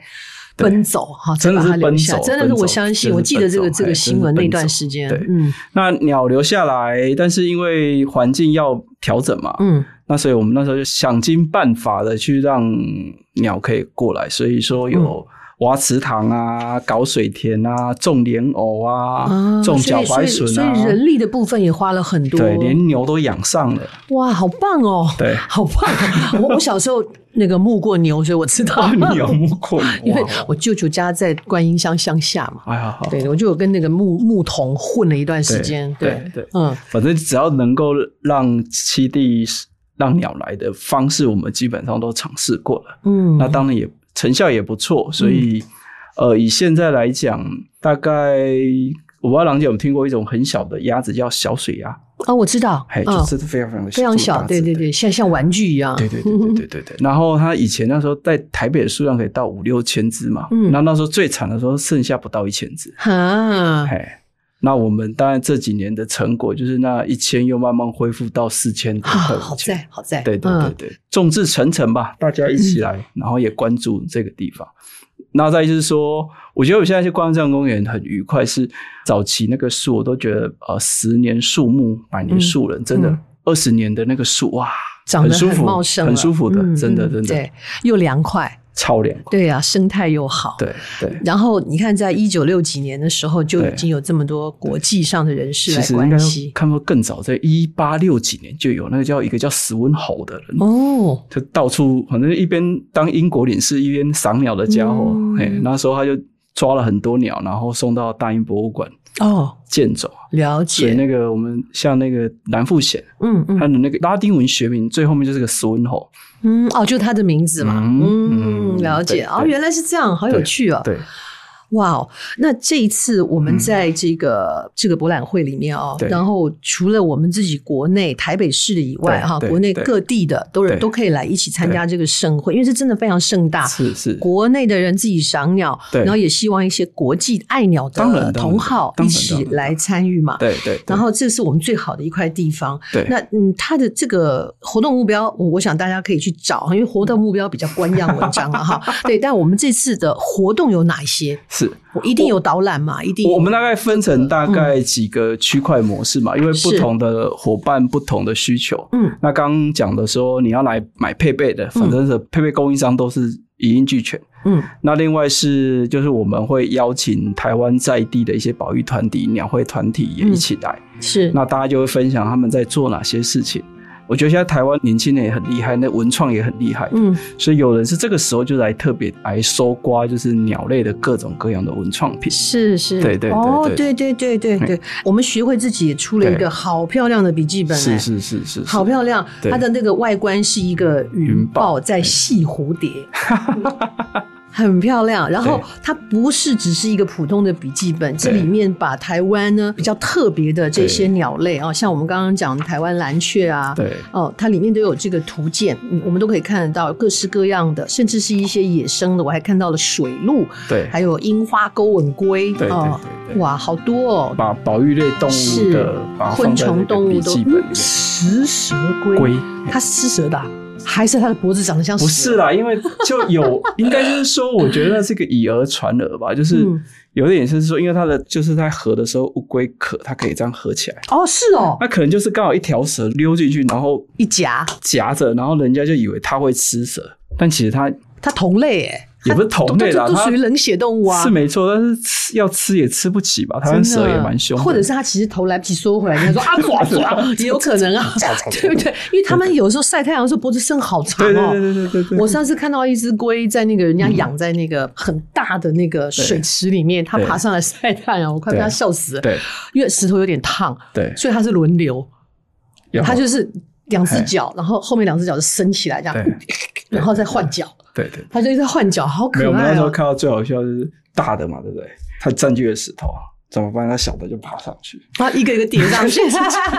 [SPEAKER 2] 奔走哈，再
[SPEAKER 3] 真的
[SPEAKER 2] 把
[SPEAKER 3] 是
[SPEAKER 2] 它留
[SPEAKER 3] 奔
[SPEAKER 2] 下，
[SPEAKER 3] 走
[SPEAKER 2] 真的是
[SPEAKER 3] 奔
[SPEAKER 2] 我
[SPEAKER 3] 走
[SPEAKER 2] 相信，
[SPEAKER 3] 真的
[SPEAKER 2] 我
[SPEAKER 3] 是
[SPEAKER 2] 记得
[SPEAKER 3] 奔
[SPEAKER 2] 这个
[SPEAKER 3] 走
[SPEAKER 2] 这个
[SPEAKER 3] 哎
[SPEAKER 2] 新
[SPEAKER 3] 真的
[SPEAKER 2] 闻
[SPEAKER 3] 是
[SPEAKER 2] 那
[SPEAKER 3] 奔
[SPEAKER 2] 段
[SPEAKER 3] 走
[SPEAKER 2] 时间
[SPEAKER 3] 对，
[SPEAKER 2] 嗯
[SPEAKER 3] 那鸟留下来，但是因为环境要调整嘛，
[SPEAKER 2] 嗯
[SPEAKER 3] 那所以我们那时候就想尽办法的去让鸟可以过来，所以说有挖池塘啊、搞水田啊、种莲藕啊、
[SPEAKER 2] 啊，
[SPEAKER 3] 种
[SPEAKER 2] 所以
[SPEAKER 3] 小白
[SPEAKER 2] 所以
[SPEAKER 3] 笋
[SPEAKER 2] 所
[SPEAKER 3] 啊
[SPEAKER 2] 以，人力的部分也花了很多，
[SPEAKER 3] 对，连牛都养上了。
[SPEAKER 2] 哇，好棒哦，，
[SPEAKER 3] 对
[SPEAKER 2] 好棒哦！我我 小时候那个牧过牛，所以我知道
[SPEAKER 3] 啊，你有木过
[SPEAKER 2] 因
[SPEAKER 3] 牛
[SPEAKER 2] 为
[SPEAKER 3] 啊？
[SPEAKER 2] 我舅舅家在观音乡乡下嘛。
[SPEAKER 3] 哎呀，好
[SPEAKER 2] 对，我就有跟那个牧牧童混了一段时间。
[SPEAKER 3] 对
[SPEAKER 2] 对
[SPEAKER 3] 对对
[SPEAKER 2] 嗯，
[SPEAKER 3] 反正只要能够让栖地让鸟来的方式，我们基本上都尝试过了。
[SPEAKER 2] 嗯，
[SPEAKER 3] 那当然也成效也不错，所以、呃，以现在来讲，大概我不知道郎姐有没有听过一种很小的鸭子叫小水鸭，
[SPEAKER 2] 啊，我知道，
[SPEAKER 3] 嘿，
[SPEAKER 2] 嗯
[SPEAKER 3] 就，是非常非常的
[SPEAKER 2] 非常小，对对
[SPEAKER 3] 对。
[SPEAKER 2] 对，像像玩具一样。
[SPEAKER 3] 对对对对 对对对，然后它以前那时候在台北的数量可以到五六千只嘛，
[SPEAKER 2] 嗯
[SPEAKER 3] 那那时候最惨的时候剩下不到一千只，
[SPEAKER 2] 哈，
[SPEAKER 3] 哎，那我们当然这几年的成果就是那一千又慢慢恢复到四千多
[SPEAKER 2] 啊，
[SPEAKER 3] 块
[SPEAKER 2] 好
[SPEAKER 3] 五千。
[SPEAKER 2] 在好在，
[SPEAKER 3] 对对对
[SPEAKER 2] 嗯
[SPEAKER 3] 对，众志成城吧，大家一起来，然后也关注这个地方。那再就是说，我觉得我现在去观象公园很愉快，是早期那个树，我都觉得呃，十年树木，百年树人，真的
[SPEAKER 2] 嗯
[SPEAKER 3] 二十、年的那个树哇，
[SPEAKER 2] 长得
[SPEAKER 3] 很舒
[SPEAKER 2] 很
[SPEAKER 3] 服，
[SPEAKER 2] 茂盛了，
[SPEAKER 3] 很舒服的，
[SPEAKER 2] 嗯
[SPEAKER 3] 真的
[SPEAKER 2] 嗯
[SPEAKER 3] 真的
[SPEAKER 2] 对，又凉快，
[SPEAKER 3] 超凉快。
[SPEAKER 2] 对呀、生态又好，。
[SPEAKER 3] 对对，
[SPEAKER 2] 然后你看，在一九六几年的时候，就已
[SPEAKER 3] 对
[SPEAKER 2] 经有这么多国际上的人士
[SPEAKER 3] 其
[SPEAKER 2] 来
[SPEAKER 3] 实应该
[SPEAKER 2] 啊关心
[SPEAKER 3] 看过更早，在一八六几年就有那个叫一个叫史温侯的人，
[SPEAKER 2] 哦，
[SPEAKER 3] 就到处反正一边当英国领事一边赏鸟的家伙
[SPEAKER 2] 嗯，
[SPEAKER 3] 哎、那时候他就抓了很多鸟，然后送到大英博物馆
[SPEAKER 2] 哦，
[SPEAKER 3] 鉴种。
[SPEAKER 2] 了
[SPEAKER 3] 所以
[SPEAKER 2] 解，
[SPEAKER 3] 那个我们像那个蓝腹鹇，
[SPEAKER 2] 嗯
[SPEAKER 3] 它
[SPEAKER 2] 嗯
[SPEAKER 3] 的那个拉丁文学名最后面就是个 swin 吼，
[SPEAKER 2] 嗯，哦，就他的名字嘛，
[SPEAKER 3] 嗯
[SPEAKER 2] 嗯，
[SPEAKER 3] 嗯
[SPEAKER 2] 了解，
[SPEAKER 3] 对
[SPEAKER 2] 哦，
[SPEAKER 3] 对
[SPEAKER 2] 原来是这样，好有趣哦，
[SPEAKER 3] 对，嗯
[SPEAKER 2] 哇哦，那这一次我们在这个、这个博览会里面哦，
[SPEAKER 3] 对
[SPEAKER 2] 然后除了我们自己国内台北市的以外
[SPEAKER 3] 对
[SPEAKER 2] 哈，
[SPEAKER 3] 对
[SPEAKER 2] 国内
[SPEAKER 3] 对
[SPEAKER 2] 各地的都
[SPEAKER 3] 对
[SPEAKER 2] 都可以来一起参加这个盛会，因为这真的非常盛大。
[SPEAKER 3] 是是，
[SPEAKER 2] 国内的人自己赏鸟，
[SPEAKER 3] 对
[SPEAKER 2] 啊然后也希望一些国际爱鸟
[SPEAKER 3] 当然
[SPEAKER 2] 的
[SPEAKER 3] 当然
[SPEAKER 2] 同好
[SPEAKER 3] 当
[SPEAKER 2] 一
[SPEAKER 3] 然
[SPEAKER 2] 起
[SPEAKER 3] 当然
[SPEAKER 2] 来参与嘛。
[SPEAKER 3] 对对，对
[SPEAKER 2] 然后这是我们最好的一块地方。
[SPEAKER 3] 对
[SPEAKER 2] 那嗯，它的这个活动目标，我我想大家可以去找，因为活动目标比较官样文章 了哈。对，但我们这次的活动有哪一些？
[SPEAKER 3] 是
[SPEAKER 2] 我一定有导览嘛，一定
[SPEAKER 3] 我我们大概分成大概几个区块模式嘛，因为不
[SPEAKER 2] 是
[SPEAKER 3] 同的伙伴不同的需求，
[SPEAKER 2] 嗯
[SPEAKER 3] 那刚刚讲的说你要来买配备的，反正是配备供应商都是一应俱全。
[SPEAKER 2] 嗯
[SPEAKER 3] 那另外是，就是我们会邀请台湾在地的一些保育团体、鸟会团体也一起来，
[SPEAKER 2] 是
[SPEAKER 3] 那大家就会分享他们在做哪些事情。我觉得现在台湾年轻人也很厉害，那文创也很厉害，
[SPEAKER 2] 嗯
[SPEAKER 3] 所以有人是这个时候就来特别来搜刮，就是鸟类的各种各样的文创品。
[SPEAKER 2] 是是，
[SPEAKER 3] 对对对
[SPEAKER 2] 哦对
[SPEAKER 3] 对
[SPEAKER 2] 对对对对，我们学会自己也出了一个
[SPEAKER 3] 对
[SPEAKER 2] 好漂亮的笔记本哎
[SPEAKER 3] 是。是是是，是
[SPEAKER 2] 好漂亮，
[SPEAKER 3] 对
[SPEAKER 2] 它的那个外观是一个云
[SPEAKER 3] 云
[SPEAKER 2] 豹
[SPEAKER 3] 豹
[SPEAKER 2] 在戏蝴 蝶，很漂亮。然后
[SPEAKER 3] 对
[SPEAKER 2] 它不是只是一个普通的笔记本，这
[SPEAKER 3] 对
[SPEAKER 2] 里面把台湾呢比较特别的这些
[SPEAKER 3] 对
[SPEAKER 2] 鸟类啊，像我们刚刚讲的台湾蓝雀啊，
[SPEAKER 3] 对
[SPEAKER 2] 哦，它里面都有这个图鉴，嗯我们都可以看得到各式各样的，甚至是一些野生的。我还看到了水鹿，
[SPEAKER 3] 对
[SPEAKER 2] 还有樱花勾吻龟，
[SPEAKER 3] 对对
[SPEAKER 2] 哦
[SPEAKER 3] 对对
[SPEAKER 2] 哇，好多哦，
[SPEAKER 3] 把保育类动物
[SPEAKER 2] 是
[SPEAKER 3] 的把它
[SPEAKER 2] 昆
[SPEAKER 3] 放在那
[SPEAKER 2] 虫
[SPEAKER 3] 个
[SPEAKER 2] 动物
[SPEAKER 3] 笔
[SPEAKER 2] 都
[SPEAKER 3] 记本里
[SPEAKER 2] 嗯
[SPEAKER 3] 面
[SPEAKER 2] 食蛇龟，
[SPEAKER 3] 龟
[SPEAKER 2] 它是吃蛇的啊、还是它的脖子长得像蛇？
[SPEAKER 3] 不是啦，因为就 有应该就是说，我觉得是个以讹传讹吧，就是
[SPEAKER 2] 嗯
[SPEAKER 3] 有点是说，因为它的就是在合的时候，乌龟壳它可以这样合起来，
[SPEAKER 2] 哦，是哦，
[SPEAKER 3] 那可能就是刚好一条蛇溜进去，然后
[SPEAKER 2] 一夹
[SPEAKER 3] 夹着，然后人家就以为它会吃蛇，但其实它
[SPEAKER 2] 它同类哎，
[SPEAKER 3] 也不是同类啦，
[SPEAKER 2] 它都都
[SPEAKER 3] 它
[SPEAKER 2] 属于冷血动物啊
[SPEAKER 3] 是没错，但是吃要吃也吃不起吧，台湾
[SPEAKER 2] 真的啊
[SPEAKER 3] 蛇也蛮凶的，
[SPEAKER 2] 或者是它其实头来不及缩回来，人家说啊爪 爪也有可能啊， 对不对？因为他们有时候晒太阳的时候脖子伸好长
[SPEAKER 3] 对对
[SPEAKER 2] 哦。
[SPEAKER 3] 对对对对嗯
[SPEAKER 2] 我
[SPEAKER 3] 对，
[SPEAKER 2] 上次看到一只龟在那个人家养在那个很大的那个水池里面，它
[SPEAKER 3] 对
[SPEAKER 2] 爬上来晒太阳，我快被它
[SPEAKER 3] 对
[SPEAKER 2] 笑死了。
[SPEAKER 3] 对
[SPEAKER 2] 因为石头有点烫，
[SPEAKER 3] 对，
[SPEAKER 2] 所以它是轮流，
[SPEAKER 3] 然后
[SPEAKER 2] 它就是两只脚，然后后面两只脚就伸起来这
[SPEAKER 3] 对
[SPEAKER 2] 样， 然后再换脚，
[SPEAKER 3] 对对。
[SPEAKER 2] 它就一直在换脚，好
[SPEAKER 3] 没有，
[SPEAKER 2] 可
[SPEAKER 3] 我们
[SPEAKER 2] 爱
[SPEAKER 3] 那时候
[SPEAKER 2] 哦。
[SPEAKER 3] 看到最好笑就是大的嘛，对不对？它占据了石头，啊怎么办？它小的就爬上去。
[SPEAKER 2] 它一个一个叠上 去，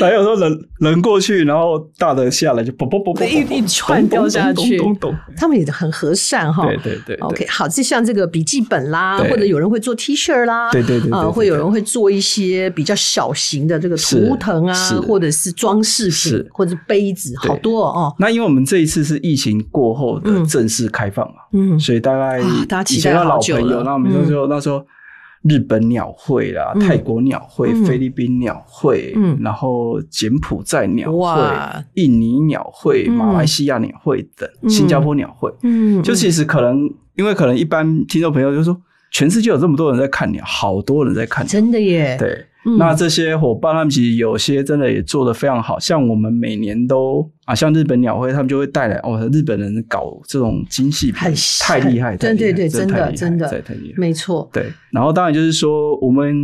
[SPEAKER 3] 还有时候人人过去，然后大的下来就啵啵啵啵，
[SPEAKER 2] 一一串掉下去
[SPEAKER 3] 咚咚咚。
[SPEAKER 2] 他们也很和善哈。
[SPEAKER 3] 对对对
[SPEAKER 2] OK，好，就像这个笔记本啦，
[SPEAKER 3] 对
[SPEAKER 2] 或者有人会做 T 恤啦，
[SPEAKER 3] 对对对对
[SPEAKER 2] 啊、
[SPEAKER 3] 对对
[SPEAKER 2] 会有人会做一些比较小型的这个
[SPEAKER 3] 是
[SPEAKER 2] 图腾啊
[SPEAKER 3] 是，
[SPEAKER 2] 或者是装饰品
[SPEAKER 3] 是，
[SPEAKER 2] 或者是杯子，
[SPEAKER 3] 对
[SPEAKER 2] 好多哦。
[SPEAKER 3] 那因为我们这一次是疫情过后的正式开放嘛，
[SPEAKER 2] 嗯，
[SPEAKER 3] 所以大概
[SPEAKER 2] 啊大家期
[SPEAKER 3] 以
[SPEAKER 2] 待
[SPEAKER 3] 前的
[SPEAKER 2] 好
[SPEAKER 3] 老
[SPEAKER 2] 久
[SPEAKER 3] 朋
[SPEAKER 2] 了
[SPEAKER 3] 友，那我们那时候那时候日本鸟会啦、
[SPEAKER 2] 嗯
[SPEAKER 3] 泰国鸟会
[SPEAKER 2] 嗯、
[SPEAKER 3] 菲律宾鸟会
[SPEAKER 2] 嗯，
[SPEAKER 3] 然后柬埔寨鸟
[SPEAKER 2] 哇
[SPEAKER 3] 会、印尼鸟会、
[SPEAKER 2] 嗯
[SPEAKER 3] 马来西亚鸟会等
[SPEAKER 2] 嗯
[SPEAKER 3] 新加坡鸟会。
[SPEAKER 2] 嗯，
[SPEAKER 3] 就其实可能因为可能一般听众朋友就说，全世界有这么多人在看鸟，好多人在看
[SPEAKER 2] 嗯
[SPEAKER 3] 鸟。
[SPEAKER 2] 真的耶，
[SPEAKER 3] 对，
[SPEAKER 2] 嗯
[SPEAKER 3] 那这些伙伴他们其实有些真的也做得非常好，像我们每年都啊，像日本鸟会，他们就会带来哦，日本人搞这种精细品
[SPEAKER 2] 很，
[SPEAKER 3] 太厉害，
[SPEAKER 2] 对
[SPEAKER 3] 太厉
[SPEAKER 2] 对
[SPEAKER 3] 害
[SPEAKER 2] 对真的真的
[SPEAKER 3] 太厉害太厉害。
[SPEAKER 2] 没错，
[SPEAKER 3] 对，然后当然就是说，我们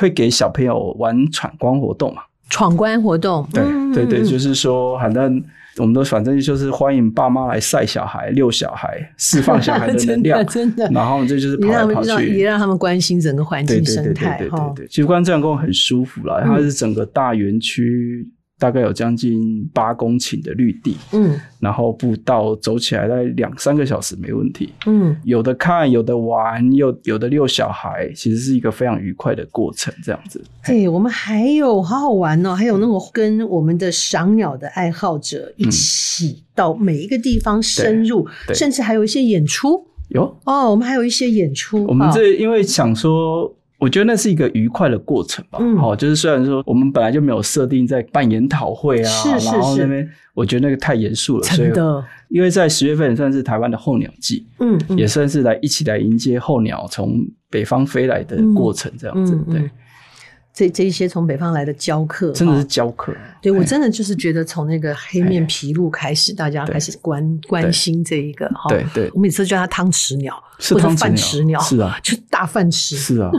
[SPEAKER 3] 会给小朋友玩闯关活动嘛，
[SPEAKER 2] 闯关活动，
[SPEAKER 3] 对
[SPEAKER 2] 嗯
[SPEAKER 3] 对对，
[SPEAKER 2] 嗯
[SPEAKER 3] 就是说，反正我们都反正就是欢迎爸妈来晒小孩、遛小孩、释放小 孩的
[SPEAKER 2] 真
[SPEAKER 3] 能量
[SPEAKER 2] 的，真的，
[SPEAKER 3] 然后这就是
[SPEAKER 2] 也
[SPEAKER 3] 跑
[SPEAKER 2] 让他
[SPEAKER 3] 来跑
[SPEAKER 2] 们让
[SPEAKER 3] 去
[SPEAKER 2] 也。让他们关心整个环
[SPEAKER 3] 对
[SPEAKER 2] 境
[SPEAKER 3] 对对
[SPEAKER 2] 生
[SPEAKER 3] 对
[SPEAKER 2] 态
[SPEAKER 3] 对对
[SPEAKER 2] 哈
[SPEAKER 3] 对，。其实观战宫很舒服啦，它
[SPEAKER 2] 嗯
[SPEAKER 3] 是整个大园区大概有将近八公顷的绿地，
[SPEAKER 2] 嗯
[SPEAKER 3] 然后步道走起来大概两三个小时没问题。
[SPEAKER 2] 嗯，
[SPEAKER 3] 有的看，有的玩，有有的遛小孩，其实是一个非常愉快的过程。这样子，
[SPEAKER 2] 对，哎我们还有好好玩哦，还有那种跟我们的赏鸟的爱好者一起到每一个地方深入，
[SPEAKER 3] 对
[SPEAKER 2] 甚至还有一些演出
[SPEAKER 3] 有
[SPEAKER 2] 哦，我们还有一些演出，
[SPEAKER 3] 我们
[SPEAKER 2] 哦
[SPEAKER 3] 这因为想说，我觉得那是一个愉快的过程吧。
[SPEAKER 2] 嗯
[SPEAKER 3] 好、就是虽然说我们本来就没有设定在办研讨会啊，
[SPEAKER 2] 是是
[SPEAKER 3] 然后
[SPEAKER 2] 是
[SPEAKER 3] 那边我觉得那个太严肃了，所以
[SPEAKER 2] 真的，
[SPEAKER 3] 因为在十月份算是台湾的候鸟季，
[SPEAKER 2] 嗯嗯
[SPEAKER 3] 也算是来一起来迎接候鸟从北方飞来的过程，这样子，
[SPEAKER 2] 嗯
[SPEAKER 3] 对
[SPEAKER 2] 嗯，这这一些从北方来的教课，
[SPEAKER 3] 真的是哎
[SPEAKER 2] 哦
[SPEAKER 3] 教课。
[SPEAKER 2] 对我
[SPEAKER 3] 嘿
[SPEAKER 2] 真的就是觉得从那个黑面琵鹭开始，大家开始关关心这一个哈。
[SPEAKER 3] 对对
[SPEAKER 2] 我每次都叫它汤匙鸟，
[SPEAKER 3] 是
[SPEAKER 2] 或者
[SPEAKER 3] 汤匙
[SPEAKER 2] 饭
[SPEAKER 3] 鸟
[SPEAKER 2] 匙鸟，
[SPEAKER 3] 是 啊
[SPEAKER 2] 就大饭匙。
[SPEAKER 3] 是啊，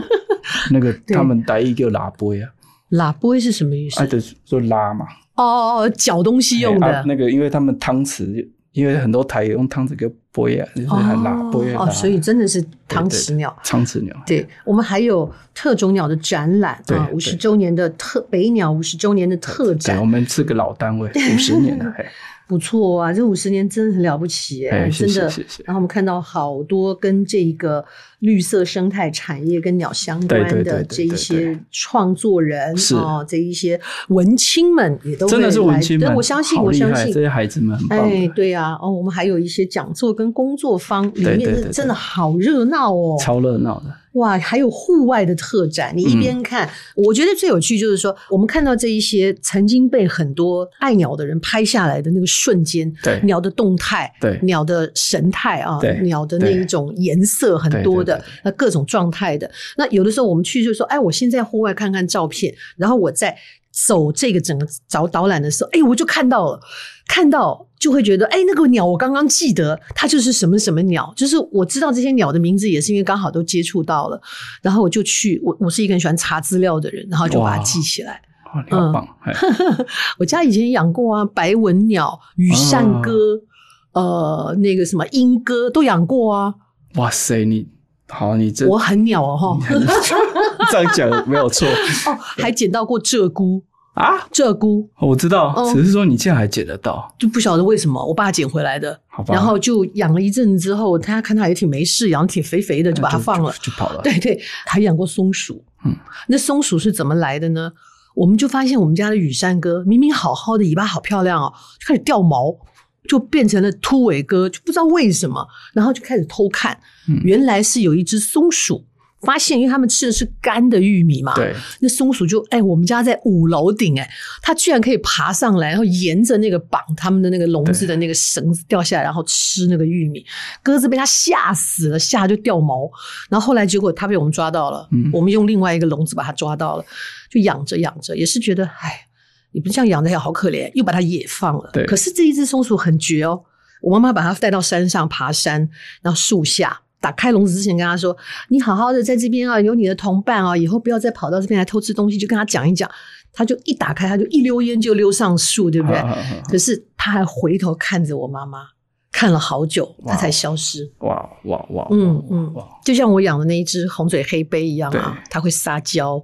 [SPEAKER 3] 那个
[SPEAKER 2] 对
[SPEAKER 3] 他们台语叫拉杯啊，
[SPEAKER 2] 喇叭是什么意思
[SPEAKER 3] 啊，？就是说拉嘛，
[SPEAKER 2] 哦哦，哦，搅东西用
[SPEAKER 3] 哎啊
[SPEAKER 2] 的。
[SPEAKER 3] 那个，因为他们汤匙，因为很多台用汤匙叫杯啊，就是很拉杯啊
[SPEAKER 2] 哦，哦，
[SPEAKER 3] 拉
[SPEAKER 2] 所以真的是汤匙鸟。
[SPEAKER 3] 汤匙鸟，
[SPEAKER 2] 对我们还有特种鸟的展览
[SPEAKER 3] 对
[SPEAKER 2] 啊，
[SPEAKER 3] 对
[SPEAKER 2] 五十周年的特北鸟五十周年的特
[SPEAKER 3] 对，我
[SPEAKER 2] 展，
[SPEAKER 3] 们是个老 单位，五十年了，嘿
[SPEAKER 2] 不错啊，这五十年真的很了不起耶，
[SPEAKER 3] 哎，谢
[SPEAKER 2] 真
[SPEAKER 3] 谢
[SPEAKER 2] 的
[SPEAKER 3] 谢谢，
[SPEAKER 2] 然后我们看到好多跟这一个绿色生态产业跟鸟相关
[SPEAKER 3] 对对对
[SPEAKER 2] 的
[SPEAKER 3] 对
[SPEAKER 2] 这一
[SPEAKER 3] 对
[SPEAKER 2] 些
[SPEAKER 3] 对
[SPEAKER 2] 创作人
[SPEAKER 3] 是
[SPEAKER 2] 哦，这一些文青们也都会
[SPEAKER 3] 真的是文青
[SPEAKER 2] 来
[SPEAKER 3] 们，
[SPEAKER 2] 对我相信，
[SPEAKER 3] 好
[SPEAKER 2] 我
[SPEAKER 3] 厉
[SPEAKER 2] 相
[SPEAKER 3] 害
[SPEAKER 2] 信
[SPEAKER 3] 这。些孩子们很棒的，
[SPEAKER 2] 哎，对呀、啊，哦，我们还有一些讲座跟工作坊，里
[SPEAKER 3] 对
[SPEAKER 2] 面
[SPEAKER 3] 对对
[SPEAKER 2] 是
[SPEAKER 3] 对
[SPEAKER 2] 真的好热闹哦，
[SPEAKER 3] 超热闹的，
[SPEAKER 2] 哇，还有户外的特展，你一边看，
[SPEAKER 3] 嗯
[SPEAKER 2] 我觉得最有趣就是说，我们看到这一些曾经被很多爱鸟的人拍下来的那个瞬间，
[SPEAKER 3] 对
[SPEAKER 2] 鸟的动态，
[SPEAKER 3] 对
[SPEAKER 2] 鸟的神态啊
[SPEAKER 3] 对，
[SPEAKER 2] 鸟的那
[SPEAKER 3] 对
[SPEAKER 2] 一种颜色很多的
[SPEAKER 3] 对对，
[SPEAKER 2] 那各种状态的。那有的时候我们去就说，哎，我现在户外看看照片，然后我在走这个整个找导览的时候，哎，我就看到了，看到就会觉得，哎，那个鸟我刚刚记得它就是什么什么鸟，就是我知道这些鸟的名字也是因为刚好都接触到了，然后我就去，我我是一个很喜欢查资料的人，然后就把它
[SPEAKER 3] 哇
[SPEAKER 2] 记起来。
[SPEAKER 3] 哇，你好哦
[SPEAKER 2] 嗯
[SPEAKER 3] 棒，嘿
[SPEAKER 2] 我家以前养过啊，白文鸟、羽扇鸽，呃，那个什么莺鸽都养过啊，
[SPEAKER 3] 哇塞，你好，你这
[SPEAKER 2] 我很鸟哦哈。
[SPEAKER 3] 这样讲没有错
[SPEAKER 2] 哦，还捡到过鹧鸪，
[SPEAKER 3] 啊，
[SPEAKER 2] 鹧鸪
[SPEAKER 3] 我知道
[SPEAKER 2] 哦，
[SPEAKER 3] 只是说你竟然还捡得到，
[SPEAKER 2] 就不晓得为什么我爸捡回来的，
[SPEAKER 3] 好吧，
[SPEAKER 2] 然后就养了一阵子之后，他看它也挺没事，养得挺肥肥的，就把它放了。
[SPEAKER 3] 啊就就跑了，
[SPEAKER 2] 对对，还养过松鼠。
[SPEAKER 3] 嗯，
[SPEAKER 2] 那松鼠是怎么来的呢？我们就发现我们家的羽扇鸽明明好好的，尾巴好漂亮哦，就开始掉毛，就变成了秃尾鸽，就不知道为什么，然后就开始偷看，
[SPEAKER 3] 嗯
[SPEAKER 2] 原来是有一只松鼠。发现，因为他们吃的是干的玉米嘛，
[SPEAKER 3] 对，
[SPEAKER 2] 那松鼠就哎、我们家在五楼顶哎、它居然可以爬上来，然后沿着那个绑他们的那个笼子的那个绳子掉下来，然后吃那个玉米。鸽子被它吓死了，吓得就掉毛。然后后来结果它被我们抓到了，
[SPEAKER 3] 嗯
[SPEAKER 2] 我们用另外一个笼子把它抓到了，就养着养着，也是觉得哎，你不这样养的也好可怜，又把它野放了。
[SPEAKER 3] 对
[SPEAKER 2] 可是这一只松鼠很绝哦，我妈妈把它带到山上爬山，然后树下。打开笼子之前，跟它说：“你好好的在这边啊，有你的同伴啊，以后不要再跑到这边来偷吃东西。”就跟它讲一讲，它就一打开，它就一溜烟就溜上树，对不对？
[SPEAKER 3] 好好好
[SPEAKER 2] 可是它还回头看着我妈妈，看了好久，
[SPEAKER 3] 哇
[SPEAKER 2] 它才消失。
[SPEAKER 3] 哇哇哇，
[SPEAKER 2] 嗯
[SPEAKER 3] 哇
[SPEAKER 2] 嗯
[SPEAKER 3] 哇，
[SPEAKER 2] 就像我养的那一只红嘴黑杯一样啊
[SPEAKER 3] 对，
[SPEAKER 2] 它会撒娇，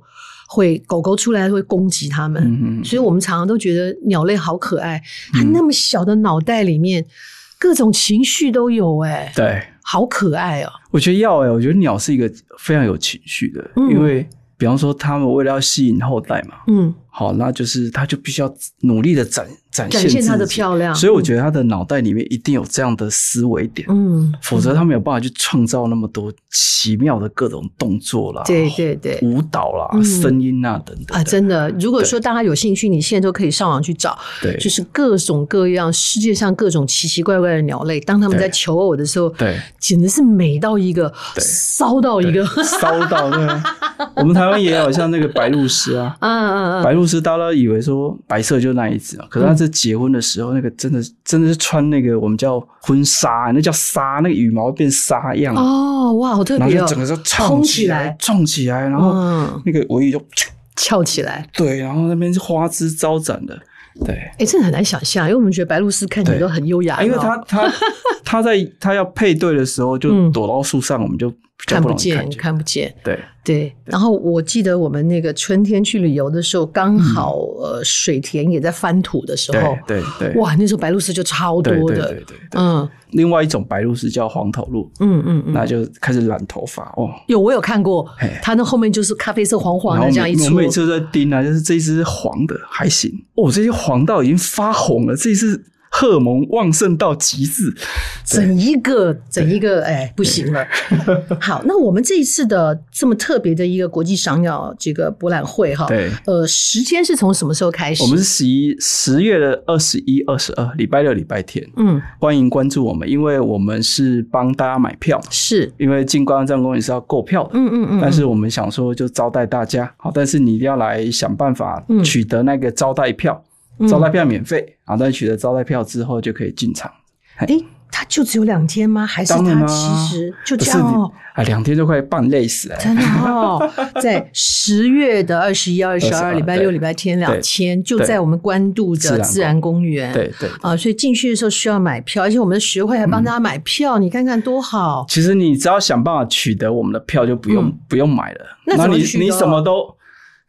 [SPEAKER 2] 会狗狗出来会攻击它们。
[SPEAKER 3] 嗯嗯，
[SPEAKER 2] 所以我们常常都觉得鸟类好可爱，它
[SPEAKER 3] 嗯
[SPEAKER 2] 那么小的脑袋里面，各种情绪都有、哎，
[SPEAKER 3] 对，
[SPEAKER 2] 好可爱哦、
[SPEAKER 3] 我觉得要哎、我觉得鸟是一个非常有情绪的，
[SPEAKER 2] 嗯
[SPEAKER 3] 因为比方说他们为了要吸引后代嘛，
[SPEAKER 2] 嗯，
[SPEAKER 3] 好，那就是他就必须要努力的展展现
[SPEAKER 2] 展现它的
[SPEAKER 3] 自己
[SPEAKER 2] 漂亮。
[SPEAKER 3] 所以我觉得他的脑袋里面一定有这样的思维点。
[SPEAKER 2] 嗯，嗯，
[SPEAKER 3] 否则他没有办法去创造那么多奇妙的各种动作啦，
[SPEAKER 2] 对对对
[SPEAKER 3] 舞蹈啦、
[SPEAKER 2] 嗯
[SPEAKER 3] 声音啊等等的
[SPEAKER 2] 啊，真的，如果说大家有兴趣，你现在都可以上网去找，
[SPEAKER 3] 对，
[SPEAKER 2] 就是各种各样世界上各种奇奇怪怪的鸟类，当它们
[SPEAKER 3] 对
[SPEAKER 2] 在求偶的时候，
[SPEAKER 3] 对，
[SPEAKER 2] 简直是美到一个，
[SPEAKER 3] 对
[SPEAKER 2] 骚到一个，
[SPEAKER 3] 对骚到那个。我们台湾也有像那个白鹭鸶啊，
[SPEAKER 2] 啊啊啊！
[SPEAKER 3] 白鹭鸶大家都以为说白色就那一只
[SPEAKER 2] 嗯
[SPEAKER 3] 嘛，可是它这结婚的时候，那个真的真的是穿那个我们叫婚纱，那叫纱，那个羽毛变纱样，
[SPEAKER 2] 哦，哇，好特
[SPEAKER 3] 然后
[SPEAKER 2] 别
[SPEAKER 3] 就
[SPEAKER 2] 哦，
[SPEAKER 3] 整个就
[SPEAKER 2] 蓬
[SPEAKER 3] 唱
[SPEAKER 2] 起
[SPEAKER 3] 起来
[SPEAKER 2] 来，
[SPEAKER 3] 撞起来，然后
[SPEAKER 2] 嗯，
[SPEAKER 3] 那个尾羽就
[SPEAKER 2] 翘起来，
[SPEAKER 3] 对，然后那边是花枝招展的，对。
[SPEAKER 2] 哎，这很难想象，因为我们觉得白鹭鸶看起来
[SPEAKER 3] 对
[SPEAKER 2] 都很优雅，
[SPEAKER 3] 啊因 为
[SPEAKER 2] 有没有
[SPEAKER 3] 它它它在它要配对的时候，就
[SPEAKER 2] 嗯
[SPEAKER 3] 躲到树上，我们就比较
[SPEAKER 2] 看不
[SPEAKER 3] 容易
[SPEAKER 2] 见
[SPEAKER 3] 看，见。
[SPEAKER 2] 看不见。
[SPEAKER 3] 对，
[SPEAKER 2] 对，然后我记得我们那个春天去旅游的时候，刚好、呃水田也在翻土的时候
[SPEAKER 3] 对，，对，对，
[SPEAKER 2] 哇，那时候白鹭鸶就超
[SPEAKER 3] 对，
[SPEAKER 2] 多
[SPEAKER 3] 对，
[SPEAKER 2] 的，
[SPEAKER 3] 对，对。对
[SPEAKER 2] 嗯
[SPEAKER 3] 另外一种白鹭是叫黄头鹭，
[SPEAKER 2] 嗯嗯嗯，
[SPEAKER 3] 那就开始染头发哦。
[SPEAKER 2] 有我有看过
[SPEAKER 3] 嘿，
[SPEAKER 2] 它那后面就是咖啡色黄黄
[SPEAKER 3] 然后
[SPEAKER 2] 的
[SPEAKER 3] 我
[SPEAKER 2] 这样一
[SPEAKER 3] 每我
[SPEAKER 2] 撮，
[SPEAKER 3] 每次都在盯啊，就是这一只是黄的还行，哦，这些黄到已经发红了，这一只荷尔蒙旺盛到极致。
[SPEAKER 2] 整一个整一个哎不行 了。好，那我们这一次的这么特别的一个国际赏鸟这个博览会哈，
[SPEAKER 3] 对，
[SPEAKER 2] 呃，时间是从什么时候开始？
[SPEAKER 3] 我们是十一十月的二十一、二十二，礼拜六、礼拜天，
[SPEAKER 2] 嗯
[SPEAKER 3] 欢迎关注我们，因为我们是帮大家买票，
[SPEAKER 2] 是
[SPEAKER 3] 因为进观光站公园是要购票的。
[SPEAKER 2] 嗯嗯嗯，
[SPEAKER 3] 但
[SPEAKER 2] 嗯
[SPEAKER 3] 是我们想说，就招待大家，好，但是你一定要来想办法
[SPEAKER 2] 嗯
[SPEAKER 3] 取得那个招待票，
[SPEAKER 2] 嗯
[SPEAKER 3] 招待票免费啊，但是取得招待票之后就可以进场。
[SPEAKER 2] 诶，它就只有两天吗？还是
[SPEAKER 3] 哎当然
[SPEAKER 2] 它
[SPEAKER 3] 啦
[SPEAKER 2] 其实就
[SPEAKER 3] 不
[SPEAKER 2] 这
[SPEAKER 3] 是
[SPEAKER 2] 样
[SPEAKER 3] 你
[SPEAKER 2] 哦？
[SPEAKER 3] 啊，两天就快半累死哎了、
[SPEAKER 2] 真的 哦，在十月的二十一、二十二，
[SPEAKER 3] 22
[SPEAKER 2] 礼拜六、
[SPEAKER 3] 对
[SPEAKER 2] 礼拜天两
[SPEAKER 3] 对
[SPEAKER 2] 天，就
[SPEAKER 3] 对
[SPEAKER 2] 在我们关渡的自
[SPEAKER 3] 自
[SPEAKER 2] 然
[SPEAKER 3] 然
[SPEAKER 2] 公园。
[SPEAKER 3] 对嗯对，
[SPEAKER 2] 啊，所以进去的时候需要买票，而且我们的学会还帮大家买票，你看看多好。
[SPEAKER 3] 其实你只要想办法取得我们的票，就不用、
[SPEAKER 2] 嗯
[SPEAKER 3] 不用买了。
[SPEAKER 2] 那怎么
[SPEAKER 3] 你
[SPEAKER 2] 取得
[SPEAKER 3] 你什么都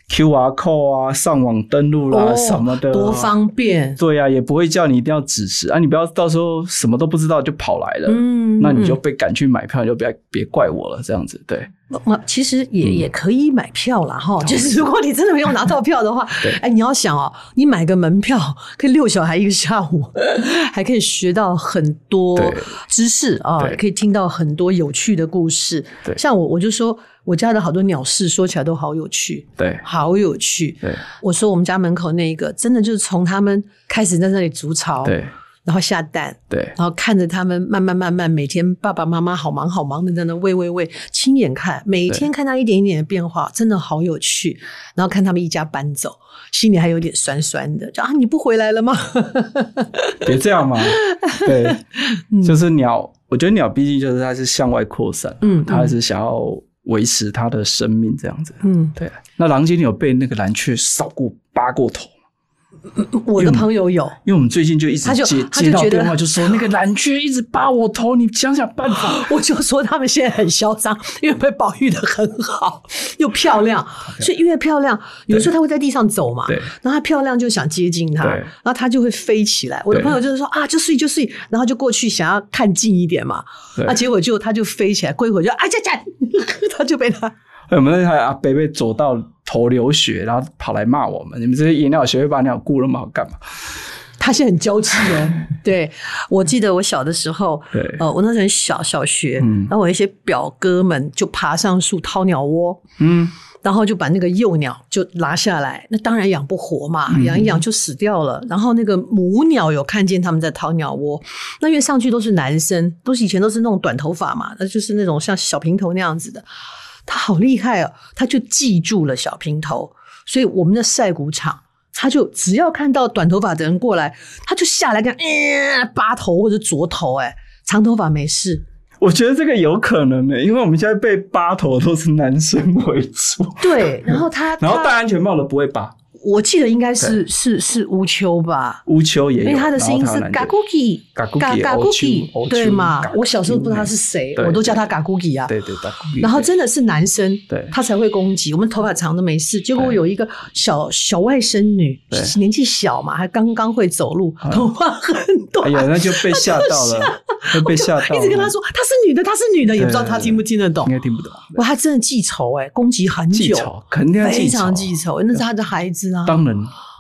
[SPEAKER 3] Q R code 啊，上网登录啦、
[SPEAKER 2] 哦
[SPEAKER 3] 什么的、啊
[SPEAKER 2] 多方。便。
[SPEAKER 3] 对啊，也不会叫你一定要指示啊，你不要到时候什么都不知道就跑来了，
[SPEAKER 2] 嗯
[SPEAKER 3] 那你就
[SPEAKER 2] 嗯
[SPEAKER 3] 被赶去买票，你就别别怪我了，这样子对。
[SPEAKER 2] 那呃其实也、
[SPEAKER 3] 嗯
[SPEAKER 2] 也可以买票啦，哈，就是如果你真的没有拿到票的话
[SPEAKER 3] 对，
[SPEAKER 2] 哎，你要想哦，你买个门票可以遛小孩一个下午， 还可以学到很多
[SPEAKER 3] 对
[SPEAKER 2] 知识啊，
[SPEAKER 3] 对
[SPEAKER 2] 可以听到很多有趣的故事。
[SPEAKER 3] 对
[SPEAKER 2] 像我我就说我家的好多鸟事说起来都好有趣，
[SPEAKER 3] 对
[SPEAKER 2] 好有趣。
[SPEAKER 3] 对
[SPEAKER 2] 我说我们家门口那一个，真的就是从他们开始在那里筑巢，
[SPEAKER 3] 对
[SPEAKER 2] 然后下蛋，
[SPEAKER 3] 对
[SPEAKER 2] 然后看着他们慢慢慢慢，每天爸爸妈妈好忙好忙的在那喂喂喂，亲眼看，每天看他一点一点的变化，真的好有趣。然后看他们一家搬走，心里还有点酸酸的，就啊你不回来了吗？
[SPEAKER 3] 别 这样嘛，对，
[SPEAKER 2] 嗯
[SPEAKER 3] 就是鸟，我觉得鸟毕竟就是它是向外扩散，
[SPEAKER 2] 嗯嗯
[SPEAKER 3] 它还是想要维持它的生命这样子，
[SPEAKER 2] 嗯，
[SPEAKER 3] 对，啊那狼精有被那个蓝雀扫过、扒过头吗
[SPEAKER 2] 嗯我的朋友有，
[SPEAKER 3] 因为我们最近就一直
[SPEAKER 2] 他就
[SPEAKER 3] 接
[SPEAKER 2] 他就
[SPEAKER 3] 接到
[SPEAKER 2] 觉得
[SPEAKER 3] 电话，就说那个蓝雀一直扒我头，你想想办 法。
[SPEAKER 2] 我就说他们现在很嚣张，因为被保育的很好，又漂亮，所以越漂亮，有时候它会在地上走嘛，
[SPEAKER 3] 嗯对
[SPEAKER 2] 然后它漂亮就想接近它，
[SPEAKER 3] 对
[SPEAKER 2] 然后它就会飞起来。我的
[SPEAKER 3] 对
[SPEAKER 2] 朋友就是说啊，就睡就睡，然后就过去想要看近一点嘛，
[SPEAKER 3] 对
[SPEAKER 2] 啊，结果就它就飞起来，过一会儿就哎呀 呀，它就被它
[SPEAKER 3] 我们那台阿北被走到头流血，然后跑来骂我们：“你们这些野鸟协会把鸟雇那么好干嘛
[SPEAKER 2] 他现在很娇气哦。 对，我记得我小的时候
[SPEAKER 3] 对，
[SPEAKER 2] 呃，我那时候很小小学，
[SPEAKER 3] 嗯
[SPEAKER 2] 然后我一些表哥们就爬上树掏鸟窝，
[SPEAKER 3] 嗯，
[SPEAKER 2] 然后就把那个幼鸟就拿下来，那当然养不活嘛，养一养就死掉了。然后那个母鸟有看见他们在掏鸟窝，那因为上去都是男生，都是以前都是那种短头发嘛，那就是那种像小平头那样子的。他好厉害哦，他就记住了小平头，所以我们的晒谷场，他就只要看到短头发的人过来，他就下来跟呃扒头或者啄头、哎，长头发没事。？”
[SPEAKER 3] 我觉得这个有可能呢、因为我们现在被扒头都是男生为主，
[SPEAKER 2] 对，然后他，
[SPEAKER 3] 然后戴
[SPEAKER 2] 他
[SPEAKER 3] 安全帽的不会扒，
[SPEAKER 2] 我记得应该是是是乌秋吧，
[SPEAKER 3] 乌秋也有，
[SPEAKER 2] 因为他的声音是
[SPEAKER 3] 然后他
[SPEAKER 2] 嘎
[SPEAKER 3] 有蓝
[SPEAKER 2] 咕叽
[SPEAKER 3] 嘎咕叽
[SPEAKER 2] 嘎咕叽
[SPEAKER 3] 欧秋欧，秋
[SPEAKER 2] 对嘛
[SPEAKER 3] 嘎咕？叽
[SPEAKER 2] 我小时候不知道他是谁，
[SPEAKER 3] 对
[SPEAKER 2] 我都叫他嘎咕叽啊。
[SPEAKER 3] 对对嘎咕叽
[SPEAKER 2] 然后真的是男生
[SPEAKER 3] 对，
[SPEAKER 2] 他才会攻击。我们头发长的没事，结果
[SPEAKER 3] 对
[SPEAKER 2] 有一个小小外甥女
[SPEAKER 3] 对，嗯
[SPEAKER 2] 年纪小嘛，还刚刚会走路，头发很
[SPEAKER 3] 哎
[SPEAKER 2] 短，
[SPEAKER 3] 呀，那就被吓到了，会被吓到 了，
[SPEAKER 2] 一直跟他说她是女的，她是女的，也不知道他听不听得懂
[SPEAKER 3] 应。该听不懂，
[SPEAKER 2] 哇，他真的记仇哎，攻击很
[SPEAKER 3] 记
[SPEAKER 2] 久，
[SPEAKER 3] 仇肯定要
[SPEAKER 2] 哦非
[SPEAKER 3] 仇，
[SPEAKER 2] 常记仇，那是他的孩子啊。
[SPEAKER 3] 当然